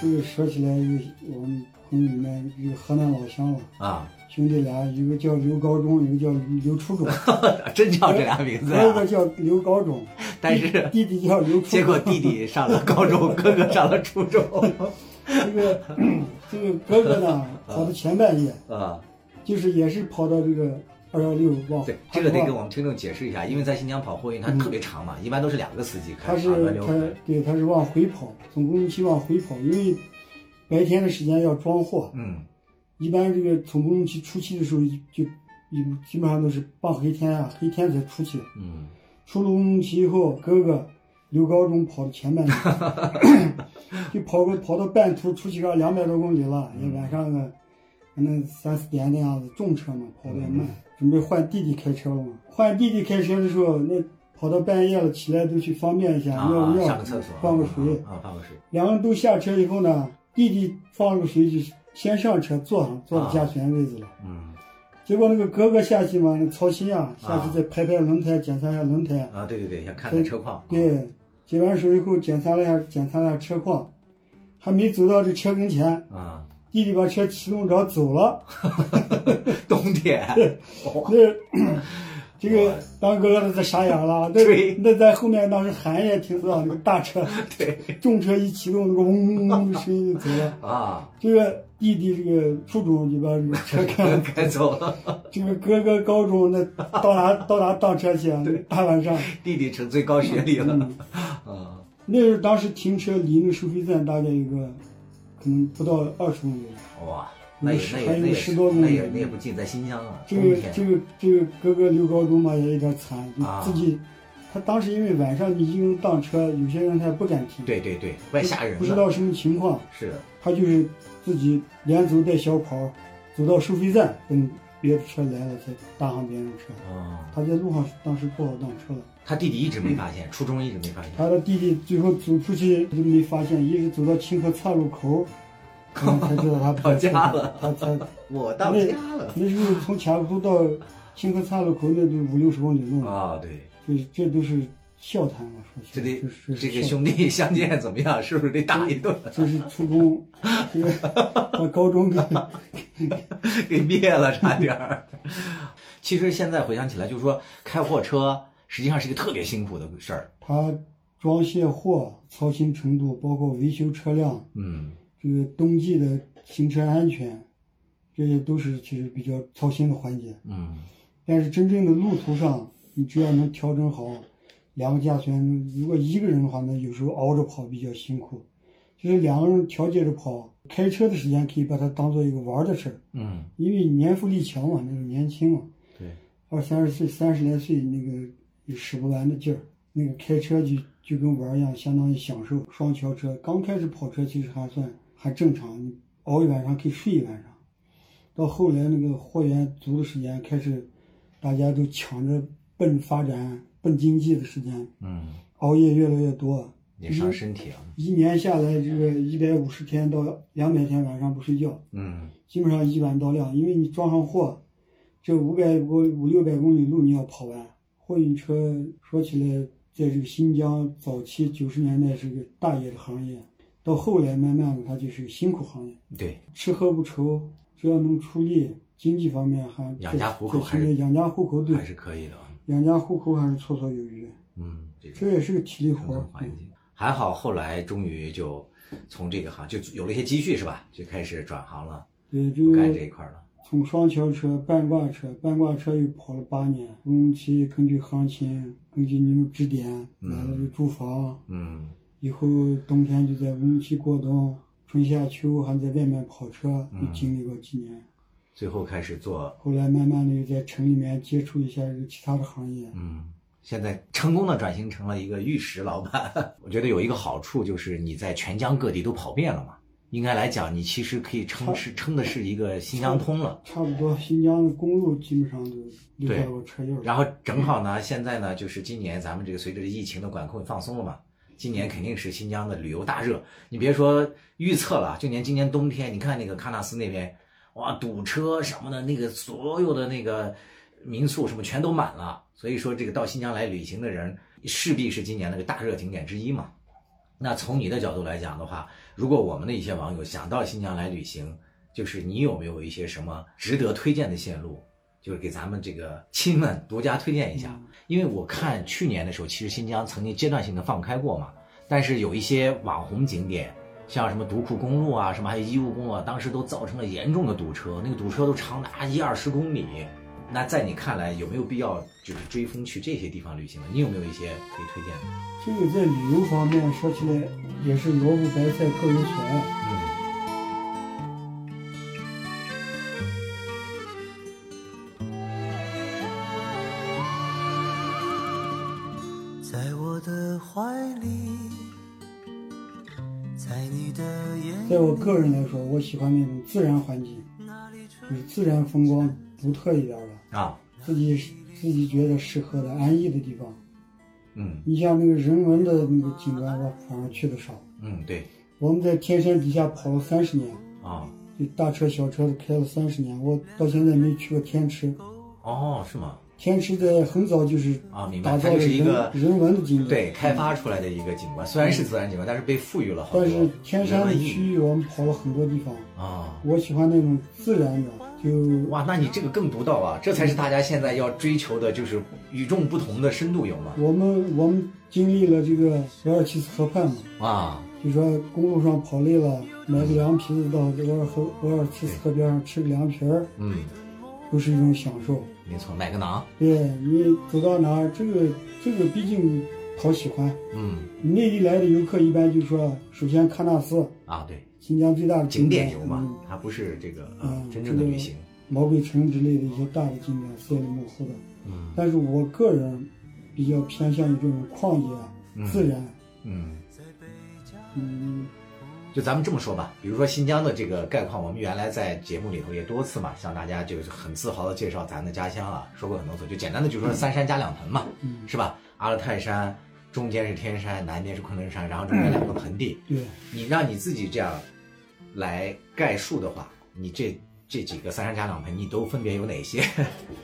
Speaker 2: 这个说起来，一个我们朋友里面一个河南老乡了，
Speaker 1: 啊，
Speaker 2: 兄弟俩，一个叫刘高中，一个叫刘初中，
Speaker 1: 真叫 这俩名字
Speaker 2: 哥哥
Speaker 1: 啊！
Speaker 2: 叫刘高中，
Speaker 1: 但是
Speaker 2: 弟弟叫刘初 中。
Speaker 1: 结果弟弟上了高中，哥哥上了初中。
Speaker 2: 这个 这个哥哥呢，跑到前半夜，
Speaker 1: 啊，
Speaker 2: 就是也是跑到这个二幺六往
Speaker 1: 对，这个得给
Speaker 2: 我。
Speaker 1: 我们听众解释一下，因为在新疆跑货运它特别长嘛，一般都是两个司机开啊
Speaker 2: 他是
Speaker 1: 长轮流
Speaker 2: 他
Speaker 1: 开。
Speaker 2: 对他是往回跑，总工期往回跑，因为白天的时间要装货，
Speaker 1: 嗯
Speaker 2: 一般这个总工期初期的时候就一基本上都是傍黑天啊，黑天才出去。
Speaker 1: 嗯
Speaker 2: 出了乌鲁木齐以后，哥哥刘高中跑到前 半程，就跑过跑到半途出去个两百多公里了，
Speaker 1: 嗯
Speaker 2: 也晚上个可能三四点那样子，重车嘛，跑得也
Speaker 1: 嗯
Speaker 2: 慢。准备换弟弟开车了嘛？换弟弟开车的时候，那跑到半夜了，起来都去方便一下，
Speaker 1: 啊
Speaker 2: 尿个，尿
Speaker 1: 上个厕所，，
Speaker 2: 放个水。
Speaker 1: 啊，放个水。
Speaker 2: 两个人都下车以后呢，弟弟放了个水就先上车坐
Speaker 1: 啊
Speaker 2: 上，坐到驾驶员位置了。
Speaker 1: 嗯
Speaker 2: 结果那个哥哥下去嘛，那操心啊，下去再拍拍轮胎，检查一下轮胎。
Speaker 1: 啊，对对对，想看看车况。
Speaker 2: 对，解完手以后检查了一下，检查了一下车况，还没走到这车跟前，
Speaker 1: 啊，
Speaker 2: 弟弟把车启动着走了。
Speaker 1: 冬天，
Speaker 2: 那 这个当哥哥的他傻眼了，那
Speaker 1: 对
Speaker 2: 那在后面当时喊也听不到，那个大车
Speaker 1: 对
Speaker 2: 重车一启动，那个嗡嗡嗡的声音就走了。
Speaker 1: 啊，
Speaker 2: 这个弟弟这个初中就把这个车开 了，
Speaker 1: 该走了。
Speaker 2: 这个哥哥高中那到哪到哪当车去啊？那大晚上。
Speaker 1: 弟弟成最高学历了。
Speaker 2: 嗯
Speaker 1: 啊，
Speaker 2: 那时候当时停车离那个收费站大概有个，可能不到二十公里。
Speaker 1: 哇，那也那也那也是那也那也不近，在新疆啊，
Speaker 2: 这
Speaker 1: 冬
Speaker 2: 个
Speaker 1: 天。
Speaker 2: 这个这个哥哥刘高中嘛也有点惨，就
Speaker 1: 啊
Speaker 2: 自己，他当时因为晚上你一个人当车，有些人他也不敢停，
Speaker 1: 对对对，怪吓人
Speaker 2: 不知
Speaker 1: 的。
Speaker 2: 道什么情况，
Speaker 1: 是的，
Speaker 2: 他就是自己连走带小跑，走到收费站，等别的车来了才搭上别人车。
Speaker 1: 啊，
Speaker 2: 他在路上当时不好当车了，
Speaker 1: 他弟弟一直没发现，初中一直没发现。
Speaker 2: 他的弟弟最后走出去就没发现，一直走到清河岔路 口，嗯才知道他
Speaker 1: 到家了
Speaker 2: 他才
Speaker 1: 我到家了。
Speaker 2: 那时候从卡布到清河岔路口那都五六十公里路呢，
Speaker 1: 啊，对，
Speaker 2: 这这都是笑谈嘛，说起
Speaker 1: 这
Speaker 2: 来
Speaker 1: 得
Speaker 2: 就是
Speaker 1: 这个兄弟相见怎么样？是不是得打一顿？
Speaker 2: 这是初中，这个把高中给
Speaker 1: 给灭了，差点儿。其实现在回想起来，就是说开货车实际上是一个特别辛苦的事儿。
Speaker 2: 他装卸货操心程度，包括维修车辆，
Speaker 1: 嗯，
Speaker 2: 这个冬季的行车安全，这些都是其实比较操心的环节。
Speaker 1: 嗯，
Speaker 2: 但是真正的路途上，你只要能调整好两个驾驶员，如果一个人的话，那有时候熬着跑比较辛苦。就是两个人调节着跑，开车的时间可以把它当做一个玩儿的事儿，
Speaker 1: 嗯，
Speaker 2: 因为年富力强嘛，那时候年轻嘛，
Speaker 1: 对，
Speaker 2: 二三十岁、三十来岁，那个有使不完的劲儿。那个开车就就跟玩儿一样，相当于享受。双桥车刚开始跑车其实还算还正常，你熬一晚上可以睡一晚上，到后来那个货源足的时间，开始大家都抢着奔发展、奔经济的时间，
Speaker 1: 嗯，
Speaker 2: 熬夜越来越多，
Speaker 1: 也伤身体啊，
Speaker 2: 一年下来这个一百五十天到两百天晚上不睡觉，
Speaker 1: 嗯
Speaker 2: 基本上一晚到亮，因为你装上货，这五百五五六百公里路你要跑完。货运车说起来，在这个新疆早期九十年代是个大爷的行业，到后来慢慢的它就是个辛苦行业，
Speaker 1: 对，
Speaker 2: 吃喝不愁，只要能出力，经济方面还
Speaker 1: 养家糊口
Speaker 2: 在
Speaker 1: 还
Speaker 2: 现
Speaker 1: 是
Speaker 2: 在养家糊口对
Speaker 1: 还是可以的啊，
Speaker 2: 养家糊口还是绰绰有余，
Speaker 1: 嗯，这种
Speaker 2: 这也是个体力
Speaker 1: 生
Speaker 2: 活
Speaker 1: 存
Speaker 2: 儿。
Speaker 1: 环境还好，后来终于就从这个行就有了一些积蓄是吧？就开始转行了，
Speaker 2: 对，这
Speaker 1: 不干这
Speaker 2: 个
Speaker 1: 一块了，
Speaker 2: 从双桥车、半挂车，半挂车又跑了八年。工期根据行情，根据你们指点，买了这个住房，
Speaker 1: 嗯
Speaker 2: 以后冬天就在乌鲁木齐过冬，春夏秋还在外面跑车，又
Speaker 1: 嗯
Speaker 2: 经历过几年。
Speaker 1: 最后开始做，
Speaker 2: 后来慢慢的又在城里面接触一下这个其他的行业，
Speaker 1: 嗯。现在成功的转型成了一个玉石老板， 我觉得有一个好处就是你在全疆各地都跑遍了嘛。应该来讲，你其实可以称是称的是一个新疆通了。
Speaker 2: 差不多新疆的公路基本上都留
Speaker 1: 对
Speaker 2: 下过车印儿。
Speaker 1: 然后正好呢，现在呢，就是今年咱们这个随着疫情的管控放松了嘛，今年肯定是新疆的旅游大热。你别说预测了，就连今年冬天，你看那个喀纳斯那边，哇，堵车什么的，那个所有的那个民宿什么全都满了。所以说，这个到新疆来旅行的人，势必是今年那个大热景点之一嘛。那从你的角度来讲的话，如果我们的一些网友想到新疆来旅行，就是你有没有一些什么值得推荐的线路，就是给咱们这个亲们独家推
Speaker 2: 嗯
Speaker 1: 荐一下？因为我看去年的时候，其实新疆曾经阶段性的放开过嘛，但是有一些网红景点，像什么独库公路啊，什么还有伊乌公路啊，当时都造成了严重的堵车，那个堵车都长达一二十公里。那在你看来，有没有必要就是追风去这些地方旅行呢？你有没有一些可以推荐的？
Speaker 2: 这个在旅游方面说起来也是萝卜白菜各有所爱。
Speaker 1: 嗯
Speaker 3: 在我的怀里，在你的眼
Speaker 2: 在我个人来说，我喜欢那种自然环境，就是自然风光独特一点儿的，
Speaker 1: 啊
Speaker 2: 自己自己觉得适合的、安逸的地方。
Speaker 1: 嗯
Speaker 2: 你像那个人文的那个景观，我反而去的少。
Speaker 1: 嗯对
Speaker 2: 我们在天山底下跑了三十年，
Speaker 1: 啊
Speaker 2: 就大车小车的开了三十年，我到现在没去过天池。
Speaker 1: 哦是吗？
Speaker 2: 天池在很早就是
Speaker 1: 啊明白
Speaker 2: 打造
Speaker 1: 它
Speaker 2: 了
Speaker 1: 是一
Speaker 2: 人、
Speaker 1: 个
Speaker 2: 人文的景点，
Speaker 1: 对，开发出来的一个景观，虽然是自然景观，但是被赋予了好多
Speaker 2: 但
Speaker 1: 人
Speaker 2: 是
Speaker 1: 文意义。
Speaker 2: 天山的区域我们跑了很多地方，
Speaker 1: 啊，
Speaker 2: 我喜欢那种自然的，就
Speaker 1: 哇，那你这个更独到啊！这才是大家现在要追求的，就是与众不同的深度游嘛。
Speaker 2: 我们我们经历了这个额尔齐斯河畔嘛，
Speaker 1: 啊，
Speaker 2: 就说公路上跑累了，买个凉皮子到这额尔河额尔齐斯河边上吃个凉皮儿，
Speaker 1: 嗯，
Speaker 2: 都是一种享受。
Speaker 1: 没错，买个馕，
Speaker 2: 对你走到哪儿，这个这个毕竟讨喜欢。
Speaker 1: 嗯，
Speaker 2: 内地来的游客一般就说，首先喀纳斯，
Speaker 1: 啊，对，
Speaker 2: 新疆最大的
Speaker 1: 景
Speaker 2: 点
Speaker 1: 点游嘛
Speaker 2: 嗯，
Speaker 1: 它不是这个啊
Speaker 2: 嗯
Speaker 1: 真正的旅行。
Speaker 2: 毛鬼城之类的一些大的景点，赛里木湖的。
Speaker 1: 嗯
Speaker 2: 但是我个人比较偏向于这种旷
Speaker 1: 嗯
Speaker 2: 野、自然，
Speaker 1: 嗯，
Speaker 2: 嗯，
Speaker 1: 就咱们这么说吧，比如说新疆的这个概况，我们原来在节目里头也多次嘛，向大家就是很自豪的介绍咱们的家乡啊，说过很多次，就简单的就说三山加两盆嘛，
Speaker 2: 嗯
Speaker 1: 是吧？阿勒泰山中间是天山，南边是昆仑山，然后中间两个盆地。
Speaker 2: 对。
Speaker 1: 你让你自己这样来概述的话，你这这几个三山加两盆，你都分别有哪些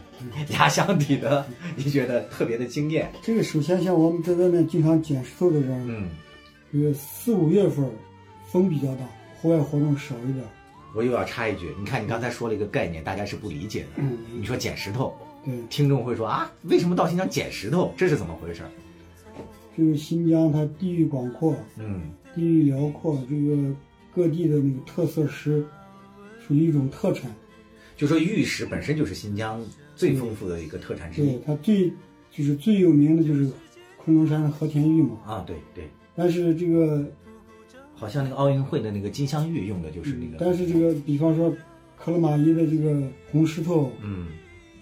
Speaker 1: 压箱底的？你觉得特别的惊艳？
Speaker 2: 这个首先像我们在外面经常捡石头的人，
Speaker 1: 嗯，
Speaker 2: 这个四五月份儿风比较大，户外活动少一点儿。
Speaker 1: 我又要插一句，你看你刚才说了一个概念，大家是不理解的。
Speaker 2: 嗯，
Speaker 1: 你说捡石头，
Speaker 2: 对，
Speaker 1: 听众会说啊，为什么到新疆捡石头？这是怎么回事？
Speaker 2: 这个新疆它地域广阔，
Speaker 1: 嗯
Speaker 2: 地域辽阔，这个各地的那个特色石属于一种特产。
Speaker 1: 就说玉石本身就是新疆最丰富的一个特产之
Speaker 2: 对
Speaker 1: 一，
Speaker 2: 它最就是最有名的就是昆仑山的和田玉嘛。
Speaker 1: 啊。对对，
Speaker 2: 但是这个，
Speaker 1: 好像那个奥运会的那个金镶玉用的就是那个。
Speaker 2: 但是这个，比方说克拉玛依的这个红石头，
Speaker 1: 嗯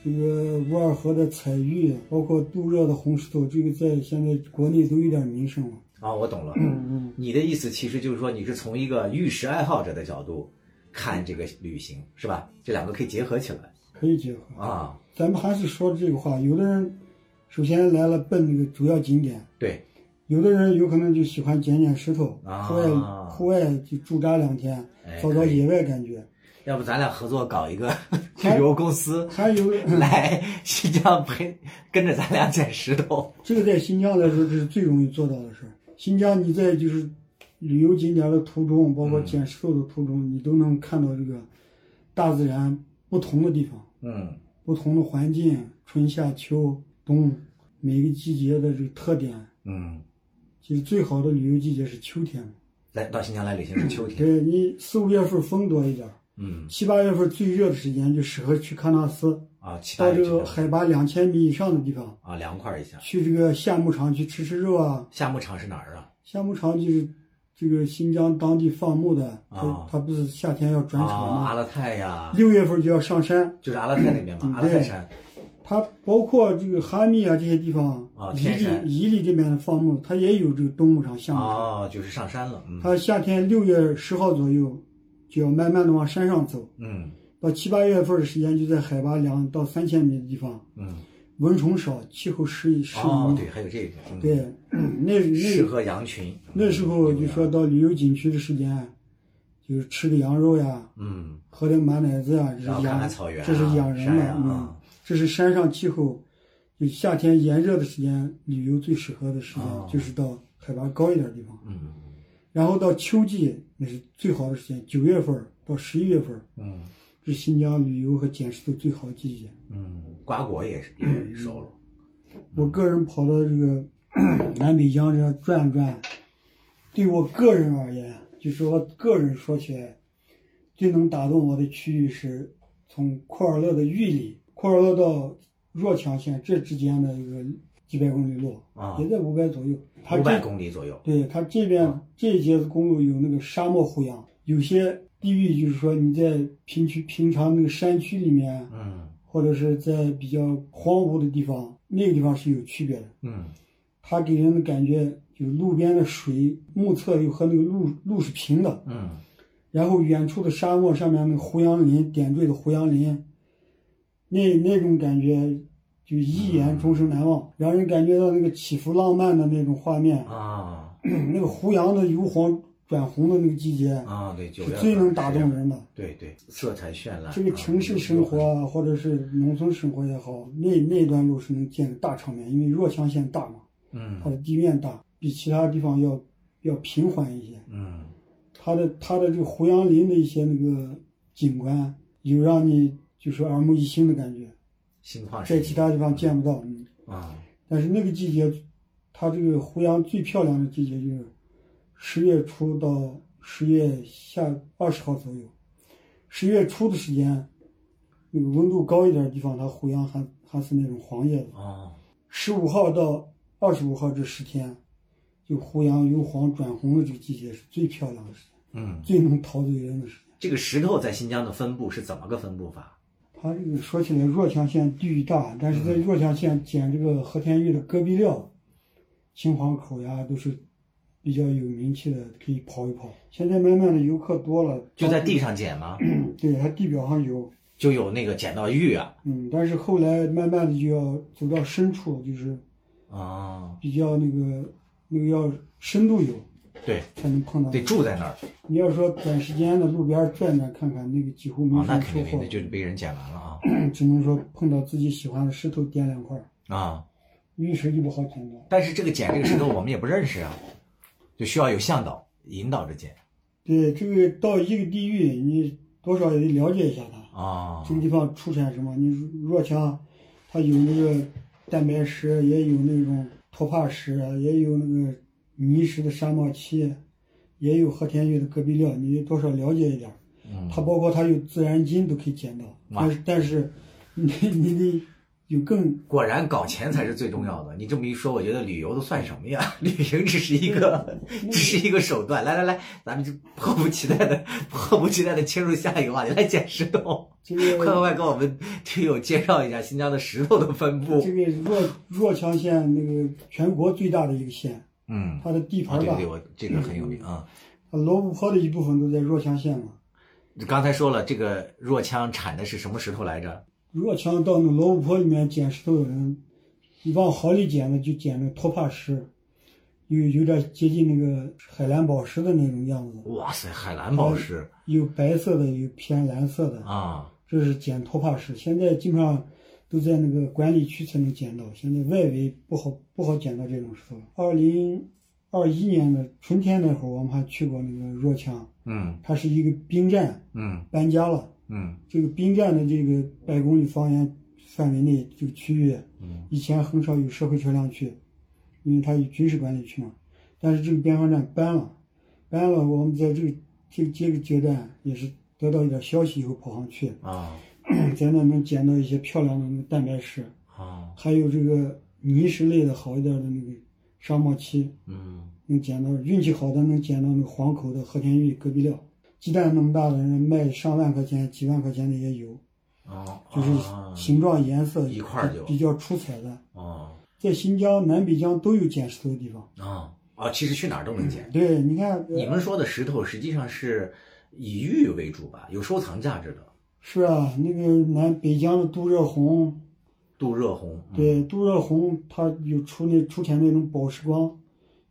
Speaker 2: 这个乌尔河的彩玉，包括杜热的红石头，这个在现在国内都有点名声了。
Speaker 1: 啊，我懂了。
Speaker 2: 嗯，
Speaker 1: 你的意思其实就是说，你是从一个玉石爱好者的角度，看这个旅行，是吧？这两个可以结合起来
Speaker 2: 可以结合。
Speaker 1: 啊。
Speaker 2: 咱们还是说这个话，有的人首先来了奔那个主要景点，
Speaker 1: 对，
Speaker 2: 有的人有可能就喜欢捡捡石头，
Speaker 1: 啊
Speaker 2: 户外户外就驻扎两天
Speaker 1: 哎，
Speaker 2: 找找
Speaker 1: 可以
Speaker 2: 野外感觉。
Speaker 1: 要不咱俩合作搞一 个旅游公司，
Speaker 2: 还有的
Speaker 1: 来新疆陪跟着咱俩捡石头。
Speaker 2: 这个在新疆来说，这是最容易做到的事儿。新疆你在就是旅游景点的途中，包括捡石头的途中，你都能看到这个大自然不同的地方、
Speaker 1: 嗯，
Speaker 2: 不同的环境，春夏秋冬每个季节的这个特点。
Speaker 1: 嗯，
Speaker 2: 其实最好的旅游季节是秋天，
Speaker 1: 来到新疆来旅行是秋天。
Speaker 2: 对你四五月份风多一点儿，
Speaker 1: 嗯
Speaker 2: 七八月份最热的时间就适合去喀纳斯，
Speaker 1: 啊，七八
Speaker 2: 到
Speaker 1: 月
Speaker 2: 这
Speaker 1: 这
Speaker 2: 个
Speaker 1: 个
Speaker 2: 海拔两千米以上的地方，
Speaker 1: 啊，凉快一下。
Speaker 2: 去这个夏牧场去吃吃肉啊，
Speaker 1: 夏牧场是哪儿啊？
Speaker 2: 夏牧场就是这个新疆当地放牧的，它、
Speaker 1: 啊
Speaker 2: 它不是夏天要转场
Speaker 1: 啊，阿
Speaker 2: 吗？
Speaker 1: 勒泰呀，
Speaker 2: 六月份就要上山，
Speaker 1: 就是阿勒泰那边嘛，
Speaker 2: 嗯
Speaker 1: 阿勒泰山。
Speaker 2: 它包括这个哈密啊这些地方
Speaker 1: 啊，
Speaker 2: 伊
Speaker 1: 天
Speaker 2: 犁
Speaker 1: 山
Speaker 2: 伊犁这边的放牧，它也有这个冬牧场、夏牧场。
Speaker 1: 哦，就是上山了。嗯
Speaker 2: 它夏天六月十号左右就要慢慢的往山上走，
Speaker 1: 嗯
Speaker 2: 到七八月份的时间就在海拔两到三千米的地方，
Speaker 1: 嗯，
Speaker 2: 蚊虫少，气候适宜适宜。
Speaker 1: 哦，对，还有这个，嗯，
Speaker 2: 对，那
Speaker 1: 适
Speaker 2: 那
Speaker 1: 合羊群。嗯
Speaker 2: 那时候就说到旅游景区的时间，就是吃个羊肉呀，
Speaker 1: 嗯，
Speaker 2: 喝点马奶子呀，这是
Speaker 1: 然后
Speaker 2: 养，
Speaker 1: 看看草原啊
Speaker 2: 这是养人
Speaker 1: 山
Speaker 2: 嘛，
Speaker 1: 呀
Speaker 2: 嗯
Speaker 1: 啊，
Speaker 2: 这是山上气候，就夏天炎热的时间，旅游最适合的时间、
Speaker 1: 哦
Speaker 2: 就是到海拔高一点的地方，
Speaker 1: 嗯
Speaker 2: 然后到秋季那是最好的时间，九月份儿到十一月份儿
Speaker 1: 嗯
Speaker 2: 是新疆旅游和捡石头最好的季节。
Speaker 1: 嗯，瓜果也是也熟了。
Speaker 2: 我个人跑到这个 南北疆这转了转，对我个人而言，就是我个人说起来，最能打动我的区域是从库尔勒的玉里，库尔勒到若羌县这之间的一个几百公里路，
Speaker 1: 啊
Speaker 2: 嗯也在五百左右。它
Speaker 1: 五百
Speaker 2: 这
Speaker 1: 公里啊左右。
Speaker 2: 对它这边、这一节公路有那个沙漠胡杨，有些地域就是说你在平区平常那个山区里面，
Speaker 1: 嗯
Speaker 2: 或者是在比较荒芜的地方，那个地方是有区别的。
Speaker 1: 嗯
Speaker 2: 它给人的感觉就是路边的水目测又和那个路路是平的，
Speaker 1: 嗯
Speaker 2: 然后远处的沙漠上面那个胡杨林点缀的胡杨林，那那种感觉就一眼终生难忘，让人感觉到那个起伏浪漫的那种画面，
Speaker 1: 啊
Speaker 2: 那个胡杨的由黄转红的那个季节
Speaker 1: 啊，对，九
Speaker 2: 是
Speaker 1: 月
Speaker 2: 最
Speaker 1: 份
Speaker 2: 能打动。人的。
Speaker 1: 对对，色彩绚烂。
Speaker 2: 这个城市生活啊，或者是农村生活也好，那那段路是能见个大场面，因为若羌县大嘛，
Speaker 1: 嗯
Speaker 2: 它的地面大，比其他地方要要平缓一些。
Speaker 1: 嗯
Speaker 2: 它的它的这个胡杨林的一些那个景观，有让你就是耳目一新的感觉，
Speaker 1: 心旷神
Speaker 2: 在
Speaker 1: 怡
Speaker 2: 其他地方见不到。嗯，
Speaker 1: 啊
Speaker 2: 但是那个季节，它这个胡杨最漂亮的季节就是十月初到十月下二十号左右。十月初的时间，那个温度高一点的地方，它胡杨还还是那种黄叶的。
Speaker 1: 哦
Speaker 2: 十五号到二十五号这十天，就胡杨由黄转红的这个季节是最漂亮的时间，
Speaker 1: 嗯，
Speaker 2: 最能陶醉人的时间。
Speaker 1: 这个石头在新疆的分布是怎么个分布法？
Speaker 2: 它这个说起来，若羌县地域大，但是在若羌县捡这个和田玉的戈壁料、青黄口呀，都是比较有名气的，可以跑一跑。现在慢慢的游客多了，
Speaker 1: 就在地上捡吗？
Speaker 2: 对它地表上有，
Speaker 1: 就有那个捡到玉啊
Speaker 2: 嗯，但是后来慢慢的就要走到深处，就是
Speaker 1: 啊，
Speaker 2: 比较那个那个要深度游
Speaker 1: 对，
Speaker 2: 才能碰到。
Speaker 1: 得住在那儿
Speaker 2: 你要说短时间的路边儿转转看看，那个几乎
Speaker 1: 啊
Speaker 2: 没，
Speaker 1: 那
Speaker 2: 啥
Speaker 1: 肯
Speaker 2: 收
Speaker 1: 定没
Speaker 2: 获，
Speaker 1: 得，就是被人捡完了啊
Speaker 2: 只能说碰到自己喜欢的石头掂两块儿，
Speaker 1: 啊！
Speaker 2: 玉石就不好捡了。
Speaker 1: 但是这个捡这个石头我们也不认识啊，就需要有向导引导着捡
Speaker 2: 对，这个到一个地域，你多少也得了解一下它，
Speaker 1: 啊
Speaker 2: 这个地方出产什么。你若羌，它有那个蛋白石，也有那种托帕石，也有那个泥石的沙漠漆，也有和田玉的戈壁料，你多少了解一点儿。
Speaker 1: 嗯
Speaker 2: 它包括它有自然金都可以捡到，
Speaker 1: 哇
Speaker 2: 但是但是 你你得有更
Speaker 1: 果然搞钱才是最重要的。你这么一说，我觉得旅游都算什么呀？ 旅行只是一个，
Speaker 2: 嗯
Speaker 1: 只是一个手段。来来来，咱们就迫不及待的、迫不及待的切入下一个话题，来捡石头。
Speaker 2: 这
Speaker 1: 快快
Speaker 2: 个
Speaker 1: 快，给我们听友介绍一下新疆的石头的分布
Speaker 2: 这。个若若羌县那个全国最大的一个县，
Speaker 1: 嗯，
Speaker 2: 它的地
Speaker 1: 啊，
Speaker 2: 盘
Speaker 1: 对
Speaker 2: 吧
Speaker 1: 对，，我这个很有名啊。
Speaker 2: 罗布泊的一部分都在若羌县嘛。
Speaker 1: 你刚才说了，这个若羌产的是什么石头来着？
Speaker 2: 若羌到那老巫婆里面捡石头的人，你往好里捡的就捡那托帕石，有有点接近那个海蓝宝石的那种样子，
Speaker 1: 哇塞，海蓝宝石
Speaker 2: 有白色的，有偏蓝色的。
Speaker 1: 啊！
Speaker 2: 这是捡托帕石，现在基本上都在那个管理区才能捡到，现在外围不好不好捡到这种石头。二零二一年的春天那会儿，我们还去过那个若羌，
Speaker 1: 嗯
Speaker 2: 它是一个兵站，
Speaker 1: 嗯
Speaker 2: 搬家了。
Speaker 1: 嗯
Speaker 2: 这个兵站的这个百公里方圆范围内这个区域，
Speaker 1: 嗯
Speaker 2: 以前很少有社会车辆去，因为它有军事管理区嘛。但是这个边防站搬了，搬了，我们在这个这个这个阶段也是得到一点消息以后跑上去，
Speaker 1: 啊
Speaker 2: 在那能捡到一些漂亮的那个蛋白石，
Speaker 1: 啊
Speaker 2: 还有这个泥石类的好一点的那个沙漠漆，
Speaker 1: 嗯
Speaker 2: 能捡到运气好的能捡到那个黄口的和田玉戈壁料，鸡蛋那么大的人卖上万块钱、几万块钱的也有，
Speaker 1: 啊，
Speaker 2: 就是
Speaker 1: 啊
Speaker 2: 形状、颜色
Speaker 1: 一块儿就
Speaker 2: 比较出彩的，
Speaker 1: 啊
Speaker 2: 在新疆南北疆都有捡石头的地方。
Speaker 1: 啊啊！其实去哪儿都能捡。
Speaker 2: 对，你看，呃
Speaker 1: 你们说的石头实际上是以玉为主吧，有收藏价值的。
Speaker 2: 是啊，那个南北疆的杜热红，
Speaker 1: 杜热红，嗯，
Speaker 2: 对，杜热红它有出那出产那种宝石光，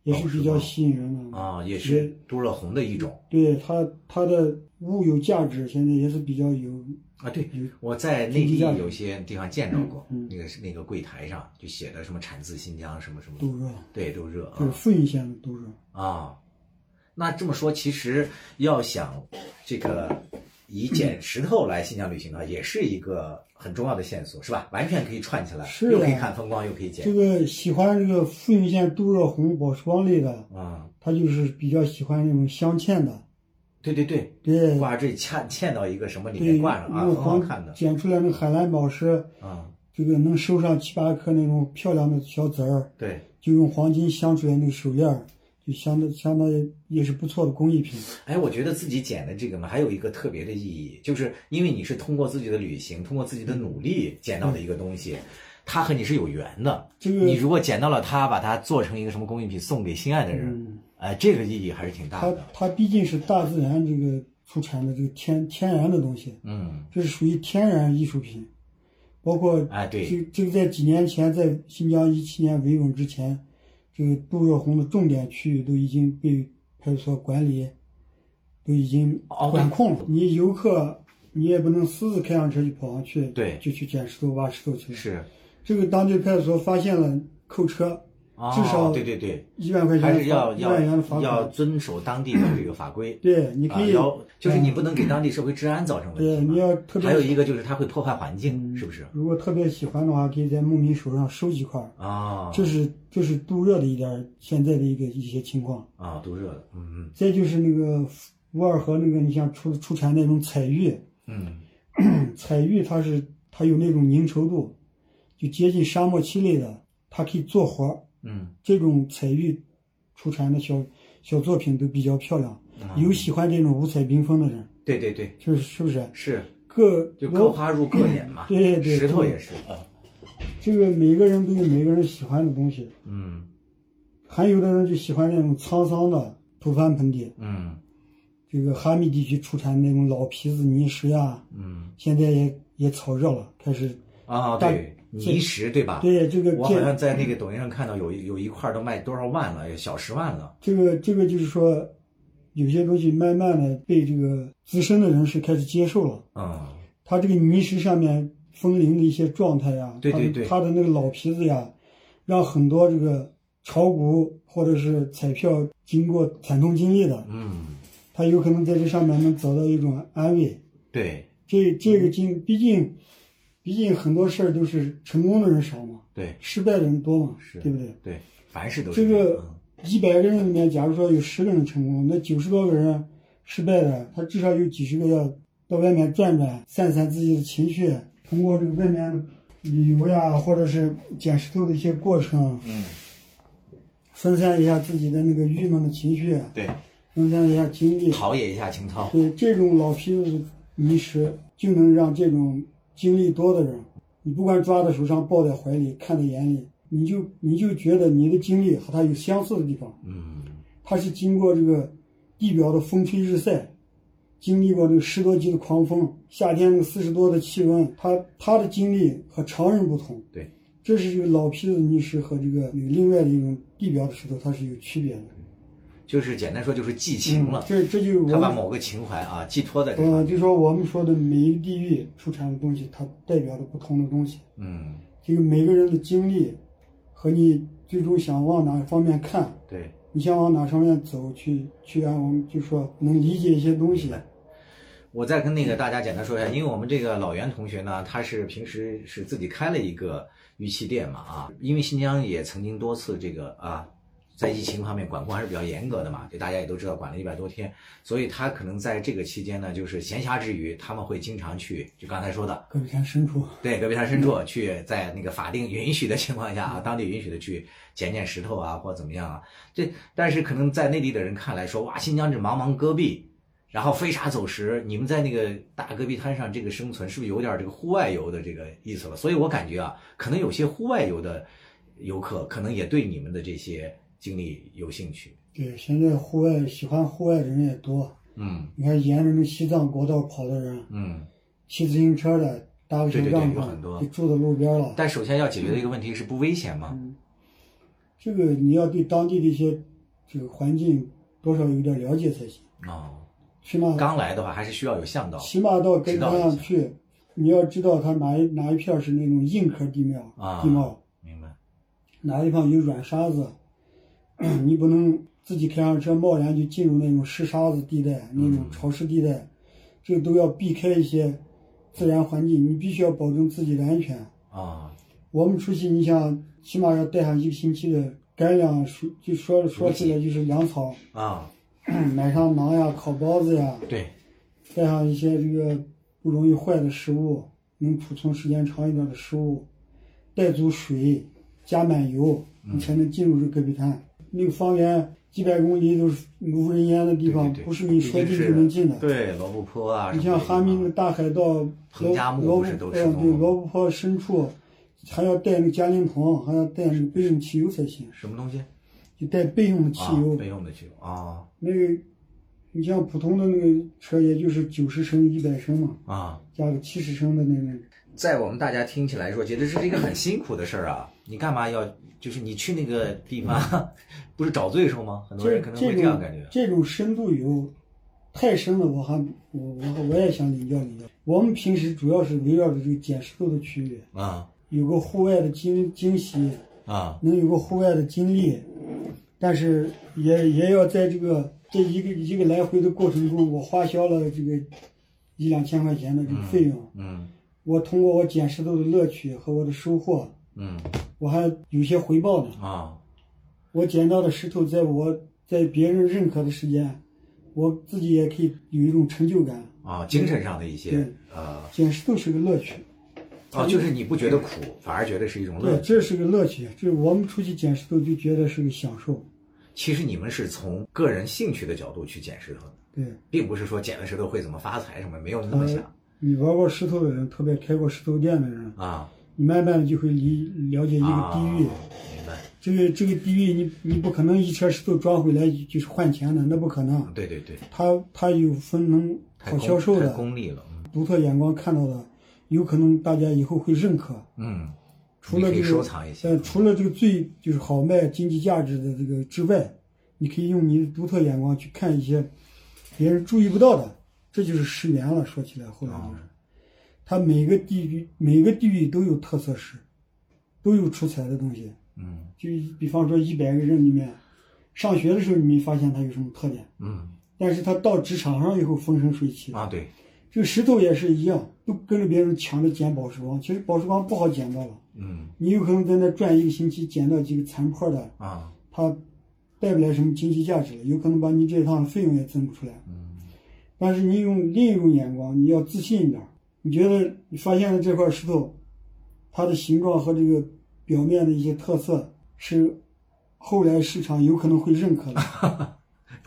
Speaker 2: 也是
Speaker 1: 宝石
Speaker 2: 比较
Speaker 1: 光
Speaker 2: 吸引人的。
Speaker 1: 啊，也是杜热红的一种
Speaker 2: 对它它的物有价值，现在也是比较有
Speaker 1: 啊。对
Speaker 2: 有，
Speaker 1: 我在内
Speaker 2: 经
Speaker 1: 地
Speaker 2: 济价值
Speaker 1: 有些地方见着过
Speaker 2: 嗯嗯，
Speaker 1: 那个是那个柜台上就写的什么产自新疆什么什么，
Speaker 2: 杜热，
Speaker 1: 对，杜热
Speaker 2: 就是
Speaker 1: 啊
Speaker 2: 富蕴县的杜热。
Speaker 1: 啊。那这么说，其实要想这个以捡石头来新疆旅行的话，也是一个很重要的线索，是吧？完全可以串起来，
Speaker 2: 是
Speaker 1: 又可以
Speaker 2: 的
Speaker 1: 看风光，又可以捡
Speaker 2: 这个喜欢这个富蕴县杜热红宝石光类的，
Speaker 1: 啊。
Speaker 2: 他就是比较喜欢那种镶嵌的，
Speaker 1: 对对对，
Speaker 2: 对
Speaker 1: 挂这嵌嵌到一个什么里
Speaker 2: 对，
Speaker 1: 面
Speaker 2: 用
Speaker 1: 挂上啊，很好看的
Speaker 2: 黄捡出来那个海蓝宝石，
Speaker 1: 啊，
Speaker 2: 这个能收上七八颗那种漂亮的小籽儿，
Speaker 1: 对。
Speaker 2: 就用黄金镶出来那个手链儿，就相当相当于也是不错的工艺品。
Speaker 1: 哎，我觉得自己捡的这个嘛，还有一个特别的意义，就是因为你是通过自己的旅行，通过自己的努力捡到的一个东西，它和你是有缘的。
Speaker 2: 这个
Speaker 1: 你如果捡到了它，把它做成一个什么工艺品送给心爱的人，
Speaker 2: 嗯，
Speaker 1: 哎，这个意义还是挺大
Speaker 2: 它
Speaker 1: 的。
Speaker 2: 它毕竟是大自然这个出产的这个天天然的东西，
Speaker 1: 嗯，
Speaker 2: 这是属于天然艺术品，包括
Speaker 1: 哎，对，
Speaker 2: 这这个在几年前，在新疆一七年维稳之前，这个杜若红的重点区域都已经被派出所管理，都已经
Speaker 1: 哦
Speaker 2: 管控了。你游客，你也不能私自开上车就跑上去，
Speaker 1: 对
Speaker 2: 就去捡石头、挖石头去了。
Speaker 1: 是，
Speaker 2: 这个当地派出所发现了，扣车
Speaker 1: 啊，
Speaker 2: 至少
Speaker 1: 对对对，
Speaker 2: 一万块钱
Speaker 1: 还
Speaker 2: 的
Speaker 1: 是要
Speaker 2: 罚，一万元的罚
Speaker 1: 要要
Speaker 2: 款。
Speaker 1: 遵守当地的这个法规。
Speaker 2: 对，你可
Speaker 1: 啊，
Speaker 2: 以，嗯
Speaker 1: 要就是你不能给当地社会治安造成问题
Speaker 2: 对
Speaker 1: 嘛。
Speaker 2: 你要特别嗯
Speaker 1: 还有一个就是它会破坏环境，是不是？
Speaker 2: 如果特别喜欢的话，可以在牧民手上收几块儿。
Speaker 1: 啊，
Speaker 2: 这是这是杜热的一点儿现在的一个一些情况。
Speaker 1: 啊，毒热的，嗯
Speaker 2: 再就是那个乌尔河那个，你像出出产那种彩玉，
Speaker 1: 嗯
Speaker 2: 彩玉它是它有那种凝稠度，就接近沙漠漆类的，它可以做活儿。
Speaker 1: 嗯
Speaker 2: 这种彩玉出产的小小作品都比较漂亮，
Speaker 1: 嗯，
Speaker 2: 有喜欢这种五彩缤纷的人，
Speaker 1: 对对对，
Speaker 2: 就是是不是？
Speaker 1: 是
Speaker 2: 各
Speaker 1: 就各花入各眼嘛，
Speaker 2: 对对
Speaker 1: 石头
Speaker 2: 对
Speaker 1: 也是，
Speaker 2: 这个每个人都有每个人喜欢的东西，
Speaker 1: 嗯
Speaker 2: 还有的人就喜欢那种沧桑的吐蕃盆地，
Speaker 1: 嗯
Speaker 2: 这个哈密地区出产那种老皮子泥石呀、
Speaker 1: 嗯
Speaker 2: 现在也也炒热了，开始
Speaker 1: 啊，
Speaker 2: 但
Speaker 1: 对，泥石对吧？
Speaker 2: 对这个
Speaker 1: 我好像
Speaker 2: 这
Speaker 1: 在那个抖音上看到有一有一块儿都卖多少万了，有小十万了，
Speaker 2: 这个这个就是说，有些东西慢慢的被这个资深的人士开始接受了，
Speaker 1: 嗯
Speaker 2: 它这个泥石上面风铃的一些状态呀，
Speaker 1: 对对
Speaker 2: 它的
Speaker 1: 对
Speaker 2: 它的那个老皮子呀，让很多这个炒股或者是彩票经过惨痛经历的，
Speaker 1: 嗯，
Speaker 2: 他有可能在这上面能找到一种安慰。
Speaker 1: 对
Speaker 2: 这这个经，毕竟，毕竟很多事儿都是成功的人少嘛，
Speaker 1: 对
Speaker 2: 失败的人多嘛，
Speaker 1: 是，
Speaker 2: 对不对？
Speaker 1: 对，凡事都是嗯
Speaker 2: 这个
Speaker 1: 样
Speaker 2: 一百个人里面，假如说有十个人成功，那九十多个人失败的，他至少有几十个要到外面转转，散散自己的情绪，通过这个外面旅游呀，或者是捡石头的一些过程，
Speaker 1: 嗯，
Speaker 2: 分散一下自己的那个郁闷的情绪，
Speaker 1: 对，
Speaker 2: 分散一下精力。
Speaker 1: 陶冶一下情操，
Speaker 2: 对这种老皮子泥石，就能让这种经历多的人，你不管抓在手上、抱在怀里、看在眼里，你就你就觉得你的经历和他有相似的地方。
Speaker 1: 嗯
Speaker 2: 它是经过这个地表的风吹日晒，经历过那个十多级的狂风，夏天那个四十多的气温，他他的经历和常人不同。
Speaker 1: 对，
Speaker 2: 这是这个老皮子泥石和这个那个另外的一种地表的石头，它是有区别的。
Speaker 1: 就是简单说就是寄情嗯了
Speaker 2: 嗯，这这就是我
Speaker 1: 他把
Speaker 2: 们
Speaker 1: 某个情怀啊寄托在这
Speaker 2: 呃，
Speaker 1: 上
Speaker 2: 就
Speaker 1: 面。
Speaker 2: 说我们说的每一个地域出产的东西，它代表的不同的东西。
Speaker 1: 嗯，
Speaker 2: 这个每个人的经历和你最终想往哪方面看，
Speaker 1: 对。
Speaker 2: 你想往哪上面走，去去按我们就说能理解一些东西。
Speaker 1: 我再跟那个大家简单说一下，因为我们这个老袁同学呢，他是平时是自己开了一个玉器店嘛啊，因为新疆也曾经多次这个啊，在疫情方面管控还是比较严格的嘛，这大家也都知道，管了一百多天，所以他可能在这个期间呢，就是闲暇之余，他们会经常去，就刚才说的，
Speaker 2: 各位看深处，
Speaker 1: 对，戈壁滩深处去，在那个法定允许的情况下啊，当地允许的去捡捡石头啊，或怎么样啊。这但是可能在内地的人看来说，哇，新疆这茫茫戈壁，然后飞沙走石，你们在那个大戈壁滩上这个生存，是不是有点这个户外游的这个意思了？所以我感觉啊，可能有些户外游的游客，可能也对你们的这些经历有兴趣。
Speaker 2: 对，现在户外喜欢户外的人也多。
Speaker 1: 嗯
Speaker 2: 你看，沿着那西藏国道跑的人，
Speaker 1: 嗯。
Speaker 2: 骑自行车的，搭个小
Speaker 1: 对对对
Speaker 2: 帐
Speaker 1: 有很
Speaker 2: 篷，
Speaker 1: 多
Speaker 2: 就住在路边了。嗯
Speaker 1: 但首先要解决的一个问题是不危险吗？
Speaker 2: 这个你要对当地的一些这个环境多少有点了解才行。
Speaker 1: 哦，
Speaker 2: 起码
Speaker 1: 刚来的话还是需要有向导。
Speaker 2: 起码到跟他
Speaker 1: 知道一
Speaker 2: 上
Speaker 1: 下
Speaker 2: 去，你要知道它哪一哪一片是那种硬壳地面
Speaker 1: 啊
Speaker 2: 地貌，
Speaker 1: 明白。
Speaker 2: 哪地方有软沙子，你不能自己开上车贸然就进入那种湿沙子地带、那种潮湿地带，这都要避开一些自然环境，你必须要保证自己的安全。
Speaker 1: 啊、
Speaker 2: 我们出去，你想起码要带上一个星期的干粮，说就说说起来就是粮草，
Speaker 1: 啊、
Speaker 2: 买上馕呀、烤包子呀，
Speaker 1: 对，
Speaker 2: 带上一些这个不容易坏的食物，能储存时间长一点的食物，带足水，加满油，你才能进入这个戈壁滩。那个方圆几百公里都是无人烟的地
Speaker 1: 对
Speaker 2: 方，
Speaker 1: 对对
Speaker 2: 不是你说
Speaker 1: 一定
Speaker 2: 进
Speaker 1: 是
Speaker 2: 就能进的。
Speaker 1: 对，罗布泊啊，
Speaker 2: 你
Speaker 1: 什么
Speaker 2: 像
Speaker 1: 这些
Speaker 2: 哈密那
Speaker 1: 地
Speaker 2: 个大海盗，
Speaker 1: 彭加木
Speaker 2: 罗
Speaker 1: 不是
Speaker 2: 布
Speaker 1: 都
Speaker 2: 呃
Speaker 1: 是
Speaker 2: 对
Speaker 1: 农民吗
Speaker 2: 罗布泊深处，还要带那个加林桶，还要带那个备用汽油才行
Speaker 1: 方，什么东西？
Speaker 2: 就带备用的汽油。
Speaker 1: 啊、备用的汽油啊
Speaker 2: 那个，你像普通的那个车，也就是九十升、一百升嘛，
Speaker 1: 啊！
Speaker 2: 加个七十升的那种。
Speaker 1: 在我们大家听起来说，觉得这是一个很辛苦的事儿啊。你干嘛要？就是你去那个地 方，不是找罪受吗？很多
Speaker 2: 这
Speaker 1: 人可能
Speaker 2: 这
Speaker 1: 会这样感
Speaker 2: 种
Speaker 1: 觉。
Speaker 2: 这种深度游，太深了，我还我我我也想领教领教。我们平时主要是围绕着这个捡石头的区域，
Speaker 1: 啊
Speaker 2: 有个户外的惊惊喜，
Speaker 1: 啊
Speaker 2: 能有个户外的经历，但是也也要在这个这一个一个来回的过程中，我花销了这个一两千块钱的这个费用。
Speaker 1: 嗯
Speaker 2: 我通过我捡石头的乐趣和我的收获，
Speaker 1: 嗯
Speaker 2: 我还有些回报呢。
Speaker 1: 啊
Speaker 2: 我捡到的石头，在我在别人认可的时间，我自己也可以有一种成就感。
Speaker 1: 啊！精神上的一些
Speaker 2: 对
Speaker 1: 呃
Speaker 2: 捡石头是个乐趣，
Speaker 1: 哦，就是你不觉得苦，反而觉得是一种乐
Speaker 2: 对，
Speaker 1: 趣。
Speaker 2: 这是个乐趣。就是我们出去捡石头就觉得是个享受，
Speaker 1: 其实你们是从个人兴趣的角度去捡石头的，
Speaker 2: 对。
Speaker 1: 并不是说捡了石头会怎么发财什么，没有那么
Speaker 2: 哎
Speaker 1: 想
Speaker 2: 你玩过石头的人，特别开过石头店的人，
Speaker 1: 啊。
Speaker 2: 你慢慢的就会理了解一个地域。
Speaker 1: 啊、明白。
Speaker 2: 这个这个地域你，你不可能一车石头装回来就是换钱的，那不可能。
Speaker 1: 对对对，
Speaker 2: 它它有分能
Speaker 1: 太
Speaker 2: 好
Speaker 1: 功
Speaker 2: 销售
Speaker 1: 太
Speaker 2: 的、
Speaker 1: 功利了。
Speaker 2: 独特眼光看到的，有可能大家以后会认可。
Speaker 1: 嗯，
Speaker 2: 除了
Speaker 1: 你可
Speaker 2: 这
Speaker 1: 以
Speaker 2: 个
Speaker 1: 收藏一些
Speaker 2: 呃，，除了这个最就是好卖、经济价值的这个之外，你可以用你的独特眼光去看一些别人注意不到的，这就是石原了。说起来，后来
Speaker 1: 哦
Speaker 2: 就是，它每个地域每个地域都有特色石，都有出彩的东西。
Speaker 1: 嗯
Speaker 2: 就比方说一百个人里面，上学的时候你没发现它有什么特点，
Speaker 1: 嗯
Speaker 2: 但是他到职场上以后风生水起。
Speaker 1: 啊，对，
Speaker 2: 这个石头也是一样，都跟着别人抢着捡宝石王，其实宝石王不好捡到了。
Speaker 1: 嗯
Speaker 2: 你有可能在那转一个星期，捡到几个残破的，
Speaker 1: 啊
Speaker 2: 它带不来什么经济价值了，有可能把你这一趟费用也挣不出来。
Speaker 1: 嗯
Speaker 2: 但是你用另一种眼光，你要自信一点儿。你觉得你发现了这块石头，它的形状和这个表面的一些特色是后来市场有可能会认 可的。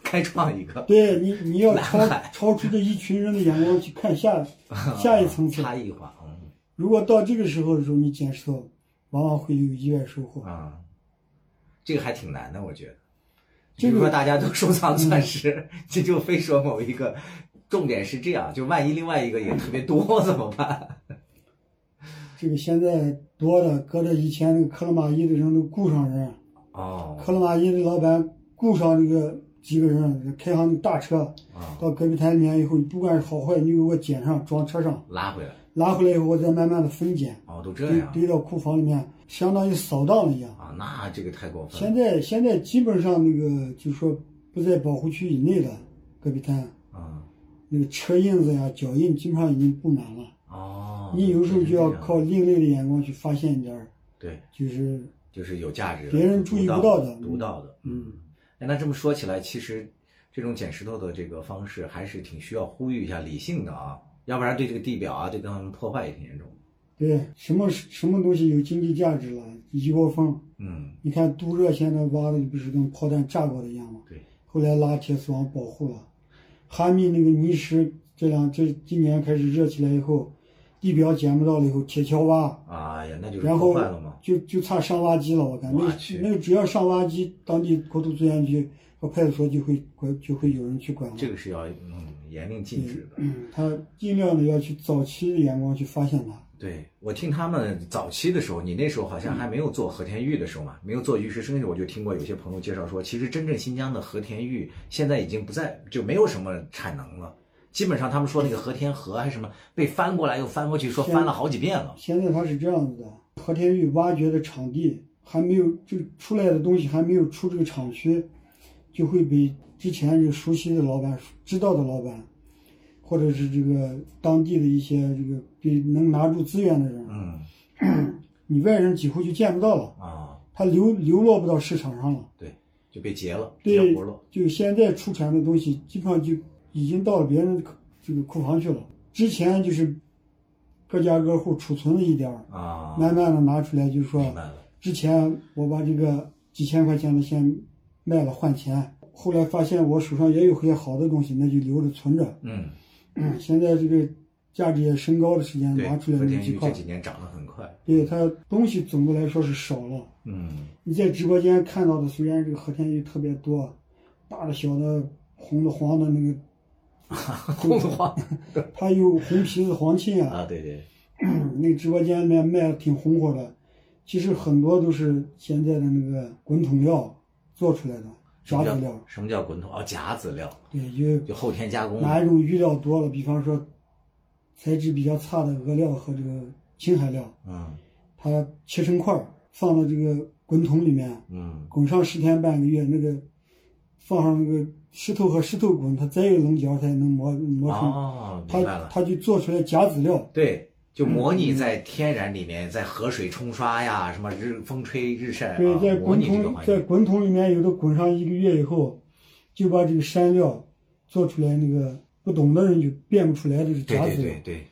Speaker 1: 开创一个
Speaker 2: 对你，你要超
Speaker 1: 蓝海
Speaker 2: 超出这一群人的眼光去看下 下一层次。
Speaker 1: 差异化，嗯
Speaker 2: 如果到这个时候的时候，你捡石头，往往会有意外收获。
Speaker 1: 啊，这个还挺难的，我觉得。
Speaker 2: 这
Speaker 1: 比 如
Speaker 2: 个嗯
Speaker 1: 说大家都收藏钻石，这就非说某一个重点是这样，就万一另外一个也特别多 怎么办？
Speaker 2: 这个现在多的，搁这以前那个克拉玛依的人都雇上人，
Speaker 1: 哦，
Speaker 2: 克拉玛依的老板雇上这个几个人，开上那个大车
Speaker 1: 啊，
Speaker 2: 到戈壁滩里面以后，不管是好坏，你给我捡上，装车上，
Speaker 1: 拉回来，
Speaker 2: 拉回来以后，我再慢慢的分拣，
Speaker 1: 哦，都这
Speaker 2: 堆
Speaker 1: 样
Speaker 2: 堆到库房里面，相当于扫荡了一样。
Speaker 1: 啊，那这个太过分
Speaker 2: 现
Speaker 1: 了
Speaker 2: 在现在基本上那个就说不在保护区以内的戈壁滩，
Speaker 1: 啊，
Speaker 2: 那个车印子呀、脚印基本上已经布满了。
Speaker 1: 哦，
Speaker 2: 你有时候就要
Speaker 1: 这样
Speaker 2: 靠另类的眼光去发现一点儿，
Speaker 1: 对，
Speaker 2: 就是
Speaker 1: 就是有价值的，
Speaker 2: 别人注意不到的
Speaker 1: 独到的，
Speaker 2: 嗯。
Speaker 1: 哎，那这么说起来，其实这种捡石头的这个方式还是挺需要呼吁一下理性的啊，要不然对这个地表啊，对它们破坏也挺严重的。
Speaker 2: 对什么什么东西有经济价值了，一窝蜂。
Speaker 1: 嗯，
Speaker 2: 你看杜热现在挖的不是跟炮弹炸过的一样吗？
Speaker 1: 对，
Speaker 2: 后来拉铁丝网保护了。哈密那个泥石，这两这今年开始热起来以后，地表捡不到了以后，铁锹挖，
Speaker 1: 哎呀，那就是
Speaker 2: 然
Speaker 1: 破
Speaker 2: 后
Speaker 1: 坏了嘛。
Speaker 2: 就就差上挖机了。我感觉
Speaker 1: 我
Speaker 2: 那
Speaker 1: 去
Speaker 2: 那只要上挖机，当地国土资源局和派出所就会管，就会有人去管了。
Speaker 1: 这个是要嗯严令禁止的。
Speaker 2: 嗯，他尽量的要去早期的眼光去发现它。
Speaker 1: 对我听他们早期的时候，你那时候好
Speaker 2: 嗯
Speaker 1: 像还没有做和田玉的时候嘛，没有做玉石生意，我就听过有些朋友介绍说，其实真正新疆的和田玉现在已经不在，就没有什么产能了。基本上他们说那个和田河还是什么被翻过来又翻过去，说翻了好几遍了。
Speaker 2: 现在它是这样子的，和田玉挖掘的场地还没有，就出来的东西还没有出这个厂区，就会被之前这个熟悉的老板、知道的老板，或者是这个当地的一些这个比能拿住资源的人，
Speaker 1: 嗯
Speaker 2: 你外人几乎就见不到了，
Speaker 1: 啊，
Speaker 2: 它流流落不到市场上了。
Speaker 1: 对，就被截了，截
Speaker 2: 对
Speaker 1: 胡了。，
Speaker 2: 就现在出产的东西，基本上就已经到了别人的库这个库房去了。之前就是各家各户储存了一点儿，
Speaker 1: 啊，
Speaker 2: 慢慢的拿出来，就是
Speaker 1: 明
Speaker 2: 说
Speaker 1: 白，了。
Speaker 2: 之前我把这个几千块钱的先卖了换钱，后来发现我手上也有些好的东西，那就留着 存着。
Speaker 1: 嗯，
Speaker 2: 嗯现在这个价值也升高的时间
Speaker 1: 对，
Speaker 2: 拿出来
Speaker 1: 和
Speaker 2: 那
Speaker 1: 田
Speaker 2: 几
Speaker 1: 玉这
Speaker 2: 块，
Speaker 1: 几年涨得很快。
Speaker 2: 对它东西总的来说是少了。
Speaker 1: 嗯，
Speaker 2: 你在直播间看到的，虽然这个和田玉特别多，大的、小的、红的、黄的那个，
Speaker 1: 红的话
Speaker 2: 它有红皮子、黄沁啊，
Speaker 1: 啊，对对，
Speaker 2: 那直播间里面卖的挺红火的。其实很多都是现在的那个滚筒料做出来的
Speaker 1: 什么
Speaker 2: 炸
Speaker 1: 叫
Speaker 2: 子料，
Speaker 1: 什么叫滚筒？哦，假籽料，
Speaker 2: 对，就
Speaker 1: 就后天加工的。
Speaker 2: 哪一种鱼料多了，比方说材质比较差的鹅料和这个青海料，
Speaker 1: 嗯
Speaker 2: 它切成块儿放到这个滚筒里面，
Speaker 1: 嗯，
Speaker 2: 滚上十天半个月，那个放上那个石头和石头滚，它再有棱角，它也能磨磨成，
Speaker 1: 哦，明白
Speaker 2: 它
Speaker 1: 了。
Speaker 2: 它嗯就做出来假籽料。
Speaker 1: 对，就模拟在天然里面，在河水冲刷呀，什么日风吹日晒啊，
Speaker 2: 对，在
Speaker 1: 模
Speaker 2: 滚
Speaker 1: 拟这个
Speaker 2: 筒
Speaker 1: 环
Speaker 2: 在
Speaker 1: 境。
Speaker 2: 滚筒里面，有的滚上一个月以后，就把这个山料做出来，那个不懂的人就辨不出来这是
Speaker 1: 对
Speaker 2: 假
Speaker 1: 对
Speaker 2: 籽料
Speaker 1: 对。对，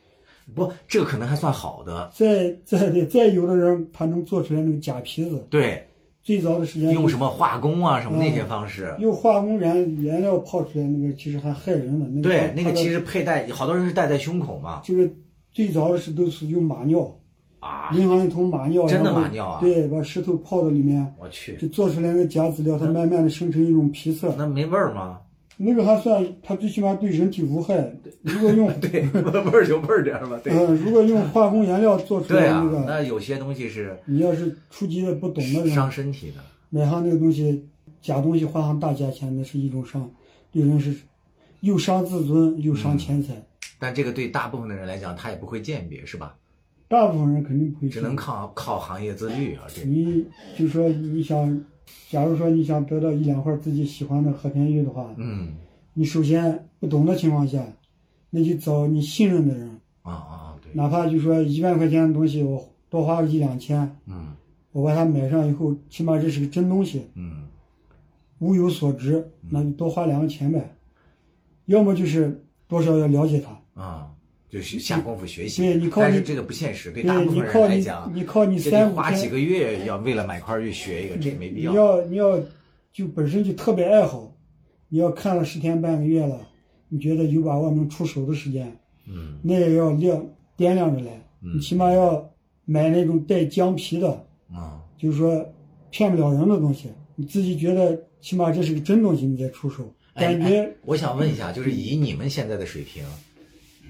Speaker 1: 不，这个可能还算好的。
Speaker 2: 再再对再有的人，他能做出来那个假皮子。
Speaker 1: 对，
Speaker 2: 最早的时间
Speaker 1: 用什么化工啊，什么那
Speaker 2: 嗯
Speaker 1: 些方式。
Speaker 2: 用化工燃燃料泡出来那个，其实还害人的。那个
Speaker 1: 对，
Speaker 2: 它
Speaker 1: 那个
Speaker 2: 嗯它的
Speaker 1: 其实佩戴，好多人是戴在胸口嘛。
Speaker 2: 这个最早的是都是用马尿，
Speaker 1: 啊，
Speaker 2: 淋上一桶马尿，
Speaker 1: 真的
Speaker 2: 然后
Speaker 1: 马尿啊
Speaker 2: 对，把石头泡到里面，
Speaker 1: 我去，
Speaker 2: 就做出来那个假籽料，它慢慢的生成一种皮色，
Speaker 1: 那没味儿吗？
Speaker 2: 那个还算它最起码对人体无害。如果用
Speaker 1: 对，味儿就味儿点儿吧。对，
Speaker 2: 呃，如果用化工原料做出来
Speaker 1: 对啊
Speaker 2: 那，个，
Speaker 1: 那啊有些东西是
Speaker 2: 你要是初级的不嗯懂的人
Speaker 1: 伤身体的。
Speaker 2: 买上那个东西，假东西花上大价钱，那是一种伤，对人是又伤自尊又伤钱财。
Speaker 1: 嗯但这个对大部分的人来讲，他也不会鉴别，是吧？
Speaker 2: 大部分人肯定不会
Speaker 1: 只
Speaker 2: 知道
Speaker 1: 能靠靠行业自律啊。这个
Speaker 2: 你就说你想，假如说你想得到一两块自己喜欢的和田玉的话，
Speaker 1: 嗯
Speaker 2: 你首先不懂的情况下，那就找你信任的人，
Speaker 1: 啊啊啊，对，
Speaker 2: 哪怕就说一万块钱的东西，我多花个一两千，
Speaker 1: 嗯
Speaker 2: 我把它买上以后，起码这是个真东西，
Speaker 1: 嗯
Speaker 2: 物有所值，那就多花两个钱呗。要么就是多少要了解它，
Speaker 1: 啊，就是下功夫学习。
Speaker 2: 对你靠
Speaker 1: 但
Speaker 2: 你
Speaker 1: 是这个不现实，对
Speaker 2: 对
Speaker 1: 大部
Speaker 2: 你
Speaker 1: 分人
Speaker 2: 靠
Speaker 1: 来
Speaker 2: 你
Speaker 1: 讲，，
Speaker 2: 你靠你
Speaker 1: 这
Speaker 2: 三
Speaker 1: 得
Speaker 2: 五
Speaker 1: 花几
Speaker 2: 天，
Speaker 1: 个月要为了买块玉学一个，这也没必
Speaker 2: 你
Speaker 1: 要。
Speaker 2: 要你要就本身就特别爱好，你要看了十天半个月了，你觉得有把握能出手的时间，
Speaker 1: 嗯
Speaker 2: 那也要量掂量着来，
Speaker 1: 嗯
Speaker 2: 你起码要买那种带姜皮的，
Speaker 1: 啊
Speaker 2: 就是说骗不了人的东西，你自己觉得起码这是个真东西，你再出手。
Speaker 1: 哎
Speaker 2: 感觉
Speaker 1: 我想问一下，就是以你们现在的水平，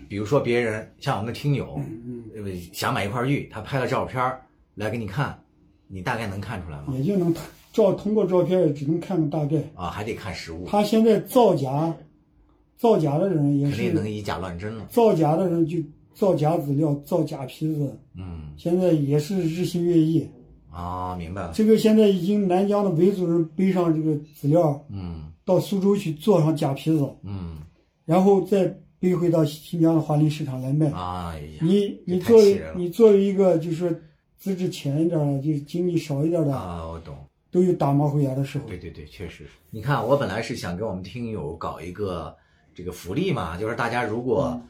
Speaker 1: 比如说别人像我们的听友，呃，想买一块玉，他拍了照片儿来给你看，你大概能看出来吗？
Speaker 2: 也就能照通过照片也只能看个大概。
Speaker 1: 啊，还得看实物，
Speaker 2: 他现在造假，造假的人也
Speaker 1: 肯定能
Speaker 2: 是
Speaker 1: 以假乱真了。
Speaker 2: 造假的人就造假资料、造假坯子，
Speaker 1: 嗯，
Speaker 2: 现在也是日新月异。
Speaker 1: 啊，明白了。
Speaker 2: 这个现在已经南疆的维族人背上这个资料
Speaker 1: 嗯
Speaker 2: 到苏州去做上假坯子，
Speaker 1: 嗯，
Speaker 2: 然后再背回到新疆的华林市场来卖。
Speaker 1: 哎呀，
Speaker 2: 你
Speaker 1: 这
Speaker 2: 你
Speaker 1: 太
Speaker 2: 作
Speaker 1: 气
Speaker 2: 为
Speaker 1: 人了
Speaker 2: 你作为一个就是说资质浅一点的，就是经济少一点的，
Speaker 1: 啊，我懂。
Speaker 2: 都有打马虎眼的时候。
Speaker 1: 对对对，确实是。你看，我本来是想给我们听友搞一个这个福利嘛，就是大家如果
Speaker 2: 嗯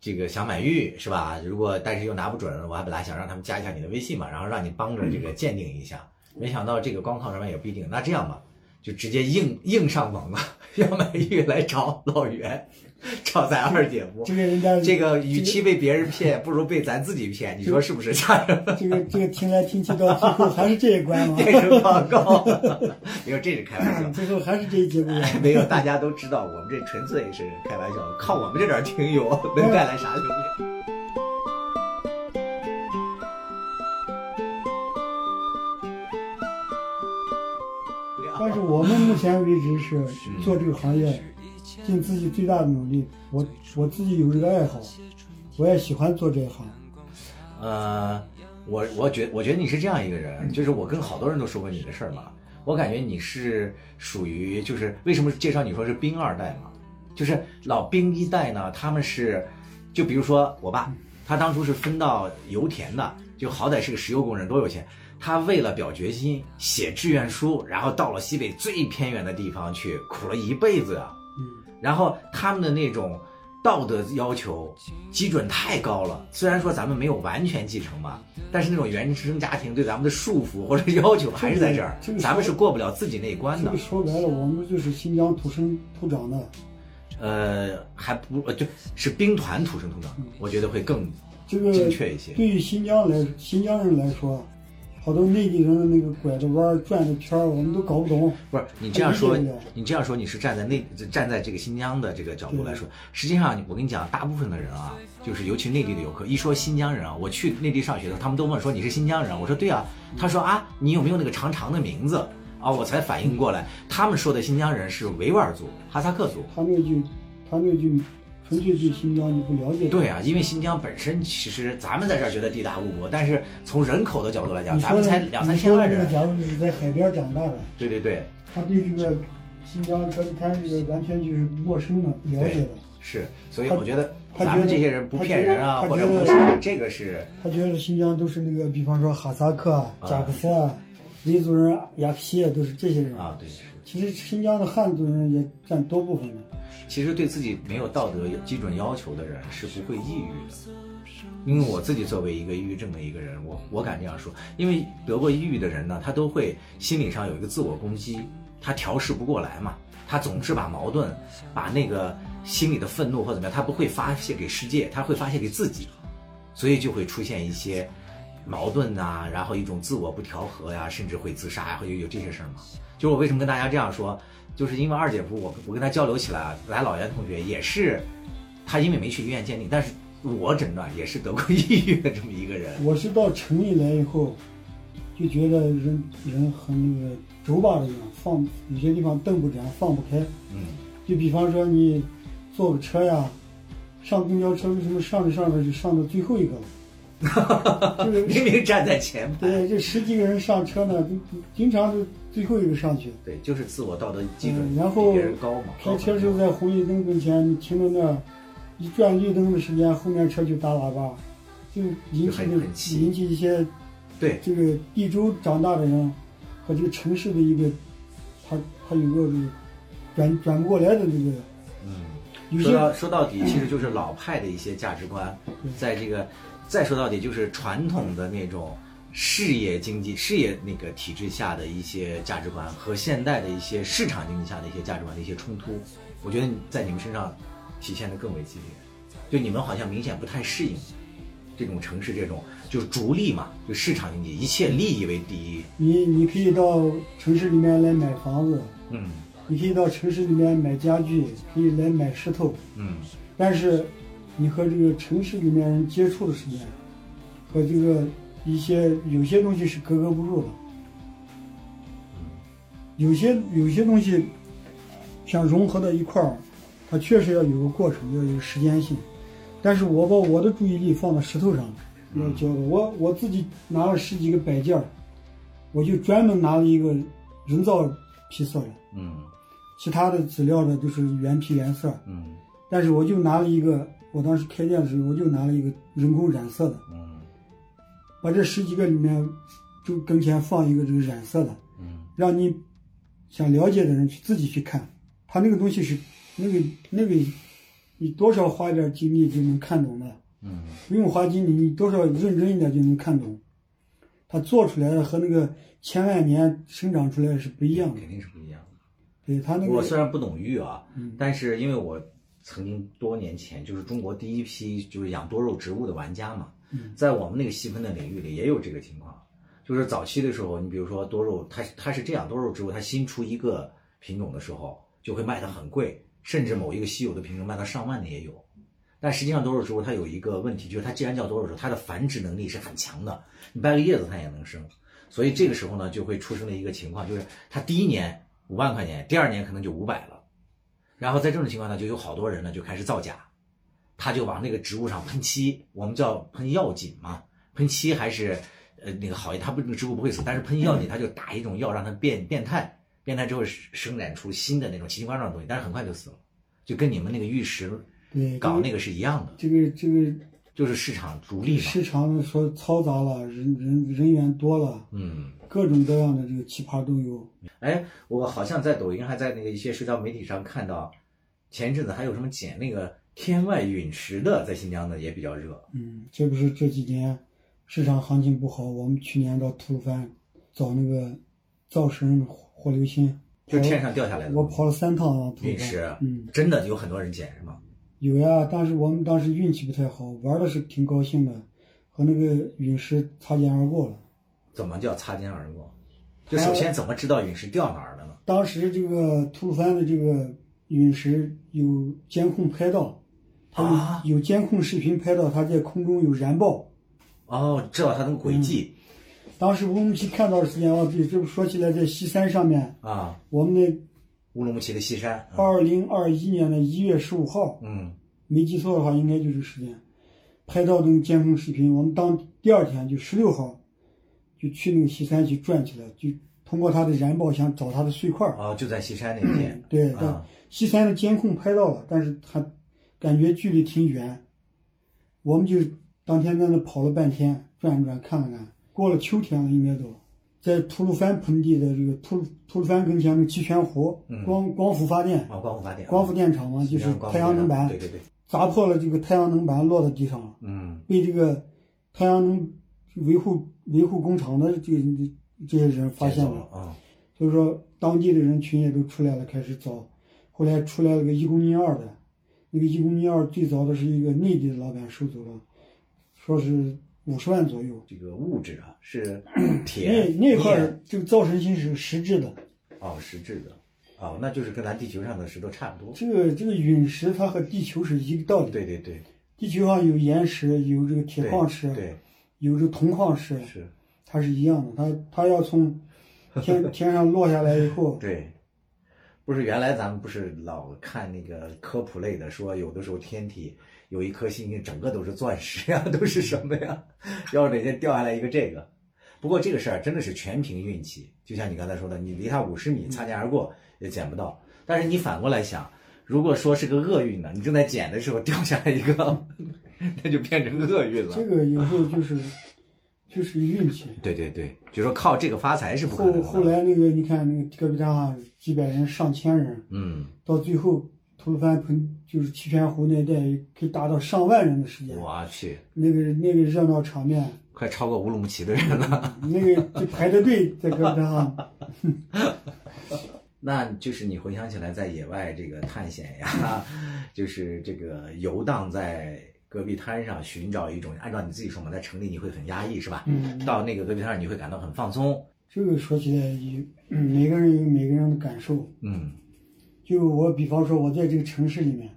Speaker 1: 这个想买玉是吧？如果但是又拿不准，我还本来想让他们加一下你的微信嘛，然后让你帮着这个鉴定一下。
Speaker 2: 嗯
Speaker 1: 没想到这个光靠什么也不一定。那这样吧，就直接硬硬上网吧， 要买玉来找老袁， 找咱二姐夫。
Speaker 2: 这个人家
Speaker 1: 这个与其被别人骗，不如被咱自己骗，你说是不是？ 家人们，
Speaker 2: 这个这个听来听去到最后还是这 一关嘛，啊
Speaker 1: 电影广告， 没有，这是开玩笑。
Speaker 2: 最后还是这一结果。
Speaker 1: 没有，大家都知道，我们这纯粹是开玩笑，靠我们这点儿听友 能带来啥流量？
Speaker 2: 但是我们目前为止是做这个行业，尽自己最大的努力。我我自己有这个爱好，我也喜欢做这一行。
Speaker 1: 呃，我我觉我觉得你是这样一个人，就是我跟好多人都说过你的事儿嘛，我感觉你是属于就是为什么介绍你说是兵二代嘛，就是老兵一代呢，他们是就比如说我爸，他当初是分到油田的，就好歹是个石油工人，多有钱。他为了表决心写志愿书，然后到了西北最偏远的地方去，苦了一辈子啊。
Speaker 2: 嗯，
Speaker 1: 然后他们的那种道德要求基准太高了，虽然说咱们没有完全继承吧，但是那种原生家庭对咱们的束缚或者要求还是在这儿
Speaker 2: 这个这，个
Speaker 1: 咱们是过不了自己那一关
Speaker 2: 这
Speaker 1: 的
Speaker 2: 个。说白了，我们就是新疆土生土长的，
Speaker 1: 呃，还不呃就是兵团土生土长，我觉得会更
Speaker 2: 这个
Speaker 1: 精确一些。
Speaker 2: 对于新疆来新疆人来说，好多内地人的那个拐着弯儿转着圈儿，我们都搞不懂。
Speaker 1: 不是你这样说
Speaker 2: 理解不了，
Speaker 1: 你这样说你是站在内站在这个新疆的这个角度来说，
Speaker 2: 嗯
Speaker 1: 实际上我跟你讲，大部分的人啊，就是尤其内地的游客，一说新疆人啊，我去内地上学的时候，他们都问说你是新疆人，我说对啊，他说啊，你有没有那个长长的名字啊？我才反应过来，他们说的新疆人是维吾尔族、哈萨克族。
Speaker 2: 他那句，他那句，纯粹对新疆你不了解。
Speaker 1: 对啊，因为新疆本身其实咱们在这儿觉得地大物博，但是从人口的角度来讲，
Speaker 2: 你
Speaker 1: 咱
Speaker 2: 说
Speaker 1: 们才
Speaker 2: 的，
Speaker 1: 两三千万
Speaker 2: 你说的
Speaker 1: 人
Speaker 2: 这。个假如你是在海边长大的，
Speaker 1: 对对对，
Speaker 2: 他对这个新疆跟他这个完全就是陌生的、了解的。
Speaker 1: 是，所以
Speaker 2: 他
Speaker 1: 我觉得
Speaker 2: 他
Speaker 1: 咱们
Speaker 2: 觉得
Speaker 1: 这些人不
Speaker 2: 他
Speaker 1: 骗
Speaker 2: 觉得
Speaker 1: 人啊，
Speaker 2: 他
Speaker 1: 或者
Speaker 2: 觉得
Speaker 1: 不是这个是。
Speaker 2: 他觉得新疆都是那个，比方说哈萨克、啊、贾克斯啊、维族人、雅克西啊，都是这些人。
Speaker 1: 啊，对，是
Speaker 2: 其实新疆的汉族人也占多部分的。
Speaker 1: 其实对自己没有道德基准要求的人是不会抑郁的。因为我自己作为一个抑郁症的一个人，我我敢这样说，因为得过抑郁的人呢，他都会心理上有一个自我攻击，他调试不过来嘛，他总是把矛盾、把那个心里的愤怒或怎么样，他不会发泄给世界，他会发泄给自己，所以就会出现一些矛盾呐、然后一种自我不调和呀、甚至会自杀呀、会有有这些事儿嘛。就是我为什么跟大家这样说，就是因为二姐夫，我我跟他交流起来啊，来老袁同学也是，他因为没去医院鉴定，但是我诊断也是得过抑郁的这么一个 人。
Speaker 2: 我是到城里来以后，就觉得人人和那个轴把一样，放有些地方蹬不直，放不开。
Speaker 1: 嗯
Speaker 2: 就比方说你坐个车呀，上公交车为什么上着上着就上到最后一个了？这个
Speaker 1: 明明站在前排，
Speaker 2: 对，这十几个人上车呢，就经常是最后一个上去。
Speaker 1: 对，就是自我道德基准
Speaker 2: 嗯，
Speaker 1: 比
Speaker 2: 然后
Speaker 1: 别人高嘛。
Speaker 2: 开
Speaker 1: 高
Speaker 2: 车
Speaker 1: 嘛
Speaker 2: 时候在红绿灯跟前，你停到那儿，一转绿灯的时间，后面车就打喇叭，就引
Speaker 1: 就
Speaker 2: 起
Speaker 1: 很
Speaker 2: 的
Speaker 1: 很气
Speaker 2: 引起一些
Speaker 1: 对，
Speaker 2: 这个地州长大的人和这个城市的一个，他他有个这个转转不过来的这个，
Speaker 1: 嗯。
Speaker 2: 有
Speaker 1: 说
Speaker 2: 些
Speaker 1: 到说到底，其实就是老派的一些价值观，
Speaker 2: 嗯
Speaker 1: 在这个再说到底就是传统的那种事业经济、事业那个体制下的一些价值观和现代的一些市场经济下的一些价值观的一些冲突，我觉得在你们身上体现的更为激烈，就你们好像明显不太适应这种城市这种就是逐利嘛，就市场经济，一切利益为第一，
Speaker 2: 你你可以到城市里面来买房子，
Speaker 1: 嗯，
Speaker 2: 你可以到城市里面买家具，可以来买石头，
Speaker 1: 嗯
Speaker 2: 但是你和这个城市里面人接触的时间，和这个一些有些东西是格格不入的，有些有些东西想融合到一块儿，它确实要有个过程，要有时间性。但是我把我的注意力放到石头上了，要教的我我自己拿了十几个摆件儿，我就专门拿了一个人造皮色的，
Speaker 1: 嗯
Speaker 2: 其他的籽料的都是原皮原色儿。
Speaker 1: 嗯
Speaker 2: 但是我就拿了一个，我当时开店的时候，我就拿了一个人工染色的，
Speaker 1: 嗯
Speaker 2: 把这十几个里面，就跟前放一个这个染色的，
Speaker 1: 嗯
Speaker 2: 让你想了解的人去自己去看，他那个东西是那个那个，你多少花一点精力就能看懂的，
Speaker 1: 嗯
Speaker 2: 不用花精力，你多少认真一点就能看懂。它做出来的和那个千万年生长出来的是不一样的
Speaker 1: 肯，定是不一样的。
Speaker 2: 对它那
Speaker 1: 我
Speaker 2: 个
Speaker 1: 虽然不懂玉啊，
Speaker 2: 嗯
Speaker 1: 但是因为我曾经多年前就是中国第一批就是养多肉植物的玩家嘛，
Speaker 2: 嗯
Speaker 1: 在我们那个细分的领域里也有这个情况，就是早期的时候，你比如说多肉，它它是这样，多肉植物它新出一个品种的时候就会卖得很贵，甚至某一个稀有的品种卖到上万的也有。但实际上，多肉植物它有一个问题，就是它既然叫多肉植物，它的繁殖能力是很强的，你掰个叶子它也能生。所以这个时候呢，就会出生了一个情况，就是它第一年五万块钱，第二年可能就五百了，然后在这种情况呢，就有好多人呢就开始造假，他就往那个植物上喷漆，我们叫喷药剂嘛，喷漆还是呃那个好一点，它不那个植物不会死，但是喷药剂它就打一种药让它变变态，变态之后生展出新的那种奇形怪状的东西，但是很快就死了，就跟你们那个玉石
Speaker 2: 对
Speaker 1: 搞那个是一样的，
Speaker 2: 这个这个
Speaker 1: 就是市场逐利嘛，
Speaker 2: 市场说嘈杂了，人人人员多了。
Speaker 1: 嗯。
Speaker 2: 各种各样的这个奇葩都有。
Speaker 1: 哎，我好像在抖音还在那个一些社交媒体上看到，前一阵子还有什么捡那个天外陨石的，在新疆的也比较热。
Speaker 2: 嗯，这不是这几年市场行情不好，我们去年到吐鲁番找那个造神火流星，
Speaker 1: 就天上掉下来的
Speaker 2: 我跑了三趟啊，吐鲁
Speaker 1: 陨
Speaker 2: 番。
Speaker 1: 石，
Speaker 2: 嗯，
Speaker 1: 真的有很多人捡是吗？
Speaker 2: 有呀，但是我们当时运气不太好，玩的是挺高兴的，和那个陨石擦肩而过了。
Speaker 1: 怎么叫擦肩而过？就首先怎么知道陨石掉哪儿了呢？
Speaker 2: 当时这个吐鲁番的这个陨石有监控拍到，它有、
Speaker 1: 啊
Speaker 2: 有监控视频拍到它在空中有燃爆。
Speaker 1: 哦，知道它那个轨迹、
Speaker 2: 当时乌鲁木齐看到的时间，哦对，这不说起来，在西山上面，
Speaker 1: 啊，
Speaker 2: 我们的
Speaker 1: 乌鲁木齐的西山。嗯
Speaker 2: 二零二一年的一月十五号，
Speaker 1: 嗯
Speaker 2: 没记错的话，应该就是时间，拍到那个监控视频。我们当第二天就十六号，就去那个西山去转去了，就通过它的燃爆想找它的碎块儿。
Speaker 1: 哦，就在西山那边。
Speaker 2: 嗯对，但
Speaker 1: 啊，
Speaker 2: 西山的监控拍到了，但是它感觉距离挺远，我们就当天在那跑了半天，转一转看了看。过了秋天了，应该都在吐鲁番盆地的这个吐吐鲁番跟前的齐泉湖
Speaker 1: 嗯
Speaker 2: 光光伏发电
Speaker 1: 啊，光伏发电，
Speaker 2: 光伏电厂嘛，就是
Speaker 1: 光伏
Speaker 2: 太阳能板
Speaker 1: 对对对，
Speaker 2: 砸破了这个太阳能板，落到地上了，
Speaker 1: 嗯
Speaker 2: 被这个太阳能维护维护工厂的这这些人发
Speaker 1: 捡
Speaker 2: 现
Speaker 1: 走
Speaker 2: 了
Speaker 1: 了。啊，
Speaker 2: 所以说当地的人群也都出来了，开始找。后来出来了个一公斤二的，那个一公斤二最早的是一个内地的老板收走了，说是五十万左右。
Speaker 1: 这个物质啊 是
Speaker 2: 那
Speaker 1: 铁
Speaker 2: 那块
Speaker 1: 镍
Speaker 2: 儿这个造神星是实质的，
Speaker 1: 哦，实质的，哦，那就是跟咱地球上的石头差不多。
Speaker 2: 这个这个陨石它和地球是一个道理。
Speaker 1: 对对对，
Speaker 2: 地球上有岩石，有这
Speaker 1: 对
Speaker 2: 个铁矿石，
Speaker 1: 对
Speaker 2: 有这个铜矿石，
Speaker 1: 是，
Speaker 2: 它是一样的。它它要从 天天上落下来以后，
Speaker 1: 对，不是原来咱们不是老看那个科普类的，说有的时候天体有一颗星星整个都是钻石呀、 都是什么呀？要是哪天掉下来一个这个，不过这个事儿真的是全凭运气，就像你刚才说的，你离它五十米擦肩而过也捡不到，但是你反过来想。如果说是个厄运呢，你正在捡的时候掉下来一个， 那就变成厄运了。
Speaker 2: 这个以后就是就是运气。
Speaker 1: 对对对，就说靠这个发财是不可能
Speaker 2: 后
Speaker 1: 的。
Speaker 2: 后，来那个你看那个戈壁滩上几百人上千人，
Speaker 1: 嗯，
Speaker 2: 到最后吐鲁番盆就是七泉湖那带可以达到上万人的时间，
Speaker 1: 我去，
Speaker 2: 那个那个热闹 场面，
Speaker 1: 快超过乌鲁木齐的人了。
Speaker 2: 那个就排着队在戈壁滩上，
Speaker 1: 那就是你回想起来，在野外这个探险呀， 就是这个游荡在戈壁滩上寻找一种，按照你自己说嘛，在城里你会很压抑是吧？
Speaker 2: 嗯
Speaker 1: 到那个戈壁滩上你会感到很放松。
Speaker 2: 这个说起来也，嗯每个人有每个人的感受，
Speaker 1: 嗯
Speaker 2: 就我比方说，我在这个城市里面，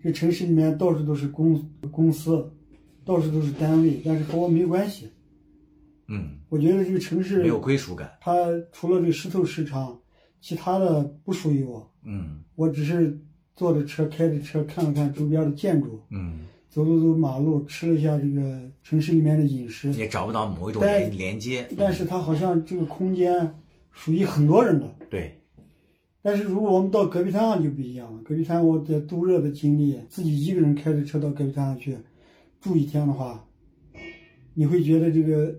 Speaker 2: 这城市里面到处都是公公司，到处都是单位，但是和我没关系。
Speaker 1: 嗯，
Speaker 2: 我觉得这个城市
Speaker 1: 没有归属感，
Speaker 2: 它除了这个石头市场，其他的不属于我。
Speaker 1: 嗯
Speaker 2: 我只是坐着车开着车看了看周边的建筑，
Speaker 1: 嗯，
Speaker 2: 走走走马路，吃了一下这个城市里面的饮食。
Speaker 1: 也找不到某一种
Speaker 2: 但
Speaker 1: 连连接，
Speaker 2: 但是它好像这个空间属于很多人的。
Speaker 1: 对，
Speaker 2: 但是如果我们到戈壁滩上就不一样了，戈壁滩我在杜热的经历，自己一个人开着车到戈壁滩上去住一天的话，你会觉得这个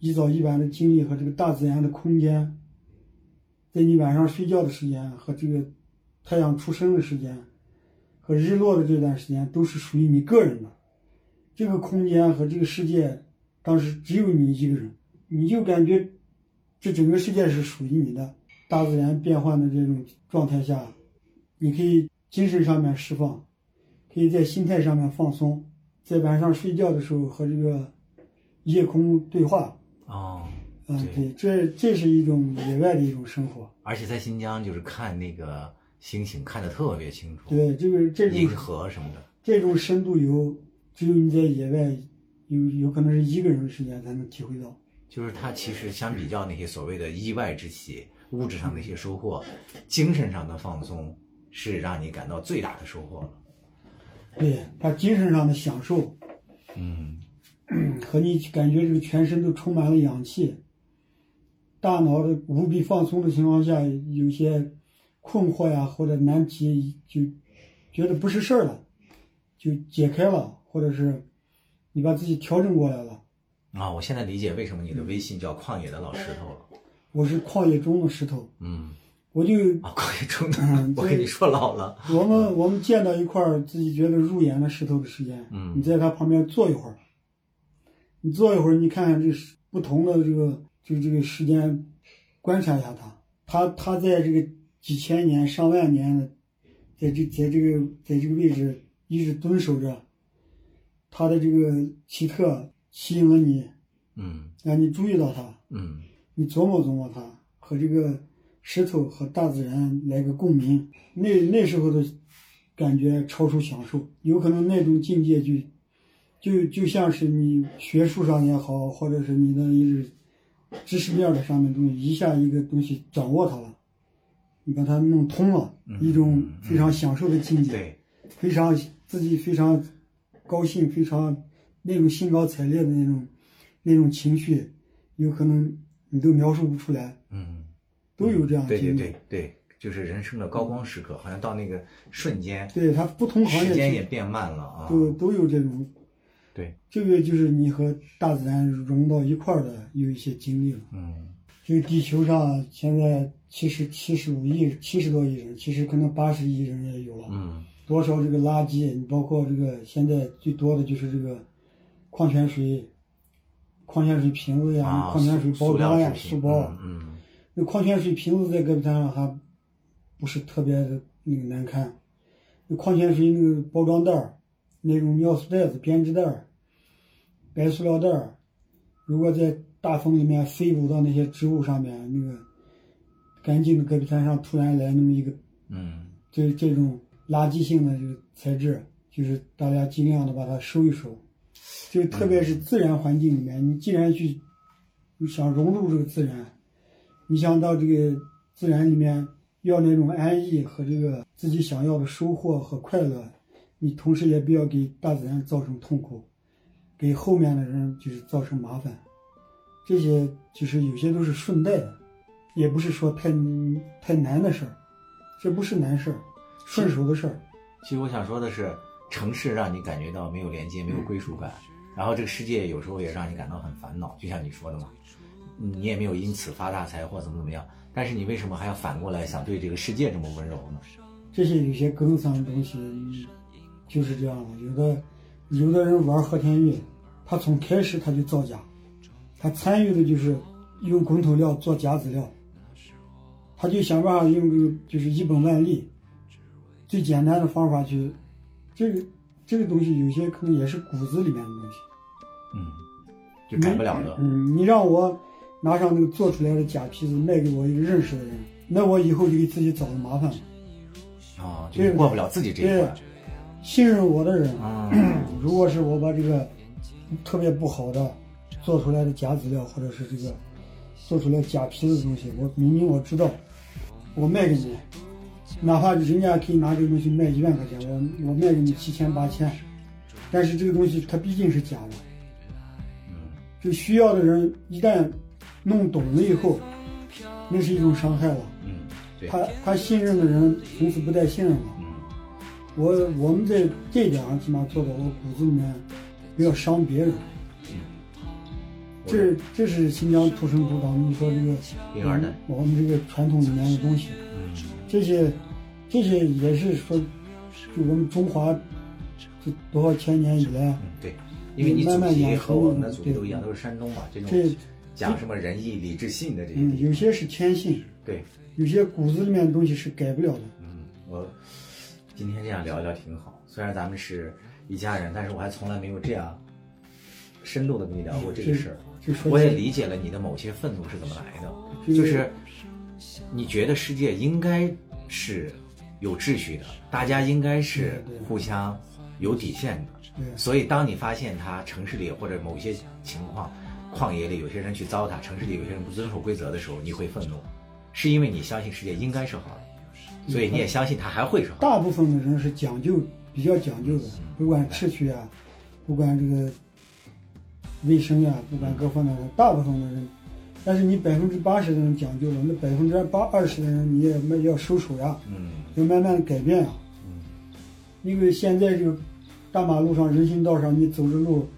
Speaker 2: 一早一晚的经历和这个大自然的空间，在你晚上睡觉的时间和这个太阳出生的时间和日落的这段时间都是属于你个人的，这个空间和这个世界当时只有你一个人，你就感觉这整个世界是属于你的。大自然变换的这种状态下，你可以精神上面释放，可以在心态上面放松，在晚上睡觉的时候和这个夜空对话。
Speaker 1: 哦，
Speaker 2: 嗯，
Speaker 1: 对
Speaker 2: 对，这这是一种野外的一种生活。
Speaker 1: 而且在新疆就是看那个星星看得特别清楚，
Speaker 2: 对，这个这
Speaker 1: 银
Speaker 2: 种
Speaker 1: 河什么的，
Speaker 2: 这种深度游，只有你在野外有有可能是一个人的时间才能体会到。
Speaker 1: 就是它其实相
Speaker 2: 嗯
Speaker 1: 比较那些所谓的意外之喜，物质上的一些收获，精神上的放松是让你感到最大的收获了。
Speaker 2: 对他精神上的享受，
Speaker 1: 嗯，
Speaker 2: 和你感觉这个全身都充满了氧气，大脑的无比放松的情况下，有些困惑呀或者难题就觉得不是事儿了，就解开了，或者是你把自己调整过来了。
Speaker 1: 啊，我现在理解为什么你的微信叫旷野的老石头了。
Speaker 2: 我是旷野中的石头，
Speaker 1: 嗯，
Speaker 2: 我就
Speaker 1: 啊，旷野中的，
Speaker 2: 嗯
Speaker 1: 我跟
Speaker 2: 对
Speaker 1: 你说老了。
Speaker 2: 我们我们见到一块儿自己觉得入眼的石头的时间，
Speaker 1: 嗯
Speaker 2: 你在它旁边坐一会儿，你坐一会儿，你看看这是不同的这个就这个时间，观察一下它，它它在这个几千年、上万年的，在这在这个在这个位置一直蹲守着，它的这个奇特吸引了你，
Speaker 1: 嗯
Speaker 2: 让你注意到它，
Speaker 1: 嗯，
Speaker 2: 你琢磨琢磨它和这个石头和大自然来个共鸣，那那时候的感觉超出享受，有可能那种境界就就就像是你学术上也好，或者是你的一种知识面的上面东西，一下一个东西掌握它了，你把它弄通了，一种非常享受的境界，
Speaker 1: 对，
Speaker 2: 非常自己非常高兴，非常那种兴高采烈的那种那种情绪，有可能你都描述不出来，
Speaker 1: 嗯，
Speaker 2: 都有这样的
Speaker 1: 对对
Speaker 2: 经历。
Speaker 1: 对对，就是人生的高光时刻，好像到那个瞬间，
Speaker 2: 对他不同行
Speaker 1: 时间也
Speaker 2: 业
Speaker 1: 变慢了啊。
Speaker 2: 都都有这种，
Speaker 1: 对，
Speaker 2: 这个就是你和大自然融到一块儿的有一些经历了。
Speaker 1: 嗯
Speaker 2: 这个地球上现在七十七十五亿、七十多亿人，其实可能八十亿人也有了。
Speaker 1: 嗯
Speaker 2: 多少这个垃圾，你包括这个现在最多的就是这个矿泉水、矿泉水瓶子呀、
Speaker 1: 啊，
Speaker 2: 矿泉水包
Speaker 1: 塑料
Speaker 2: 装呀、
Speaker 1: 制品
Speaker 2: 书包。啊
Speaker 1: 嗯嗯
Speaker 2: 那矿泉水瓶子在戈壁滩上还不是特别的那个难看，那矿泉水那个包装袋儿，那种尿素袋子、编织袋儿、白塑料袋儿，如果在大风里面飞舞到那些植物上面，那个干净的戈壁滩上突然来那么一个
Speaker 1: 嗯
Speaker 2: 这这种垃圾性的这个材质，就是大家尽量的把它收一收。就特别是自然环境里面，你既然去你想融入这个自然，你想到这个自然里面要那种安逸和这个自己想要的收获和快乐，你同时也不要给大自然造成痛苦，给后面的人就是造成麻烦。这些就是有些都是顺带的，也不是说太太难的事儿。这不是难事儿，顺手的事儿。
Speaker 1: 其实我想说的是，城市让你感觉到没有连接、没有归属感，
Speaker 2: 嗯
Speaker 1: 然后这个世界有时候也让你感到很烦恼，就像你说的嘛，你也没有因此发大财或怎么怎么样，但是你为什么还要反过来想对这个世界这么温柔呢？
Speaker 2: 这些有些根上的东西嗯就是这样的。有的有的人玩和田玉，他从开始他就造假，他参与的就是用滚筒料做假籽料，他就想办法用这个就是一本万利，最简单的方法去，这个这个东西有些可能也是骨子里面的东西。
Speaker 1: 嗯，就改不了的。
Speaker 2: 嗯，你让我拿上那个做出来的假皮子卖给我一个认识的人，那我以后就给自己找了麻烦了。
Speaker 1: 哦，就是过不了自己这一
Speaker 2: 嗯对
Speaker 1: 关。，
Speaker 2: 信任我的人，啊
Speaker 1: 嗯，
Speaker 2: 如果是我把这个特别不好的做出来的假资料，或者是这个做出来假皮的东西，我明明我知道，我卖给你，哪怕人家可以拿这个东西卖一万块钱，我我卖给你七千八千，但是这个东西它毕竟是假的。就需要的人一旦弄懂了以后，那是一种伤害了。
Speaker 1: 嗯，对，
Speaker 2: 他他信任的人从此不再信任了。
Speaker 1: 嗯
Speaker 2: 我我们在这一点上起码做到，我骨子里面不要伤别人。
Speaker 1: 嗯
Speaker 2: 这这是新疆土生土长，你说这个
Speaker 1: 婴儿的
Speaker 2: 我们这个传统里面的东西，
Speaker 1: 嗯
Speaker 2: 这些这些也是说，就我们中华这多少千年以来，
Speaker 1: 嗯，对，因为你
Speaker 2: 慢
Speaker 1: 祖
Speaker 2: 慢
Speaker 1: 籍
Speaker 2: 养
Speaker 1: 和
Speaker 2: 成
Speaker 1: 我
Speaker 2: 那
Speaker 1: 们的
Speaker 2: 种
Speaker 1: 祖籍
Speaker 2: 对
Speaker 1: 都一样，都是山东嘛，这种
Speaker 2: 这
Speaker 1: 讲什么仁义礼智信的这些
Speaker 2: 嗯
Speaker 1: 地
Speaker 2: 有些是天性，
Speaker 1: 对，
Speaker 2: 有些骨子里面的东西是改不了的。
Speaker 1: 嗯，我今天这样聊一聊挺好。虽然咱们是一家人，但是我还从来没有这样深度的跟你聊过这个事儿。啊
Speaker 2: 就说
Speaker 1: 我也理解了你的某些愤怒是怎么来的，就是你觉得世界应该是有秩序的，大家应该是互相有底线的。
Speaker 2: 对
Speaker 1: 所以，当你发现他城市里或者某些情况，旷野里有些人去糟蹋，城市里有些人不遵守规则的时候，你会愤怒，是因为你相信世界应该是好的，所以你也相信他还会是好的。
Speaker 2: 大部分的人是讲究，比较讲究的，不管秩序啊，不管这个卫生呀、不管各方面的，大部分的人。但是你百分之八十的人讲究了，那百分之八二十的人你也慢要收手呀，
Speaker 1: 嗯
Speaker 2: 要慢慢地改变呀。因为现在这个大马路上、人行道上，你走着路，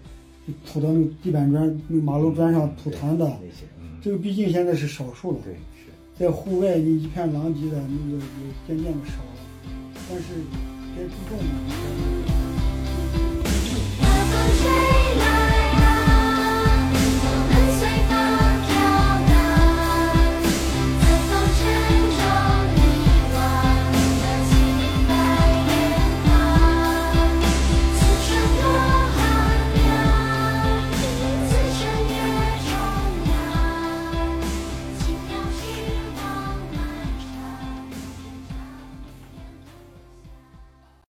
Speaker 2: 土到那个地板砖、那个马路砖上吐痰的，
Speaker 1: 那些，嗯，
Speaker 2: 这个毕竟现在是少数了。
Speaker 1: 对，是。
Speaker 2: 在户外你一片狼藉的，那个也渐渐的少了，但是该注重的。
Speaker 4: 那个谁。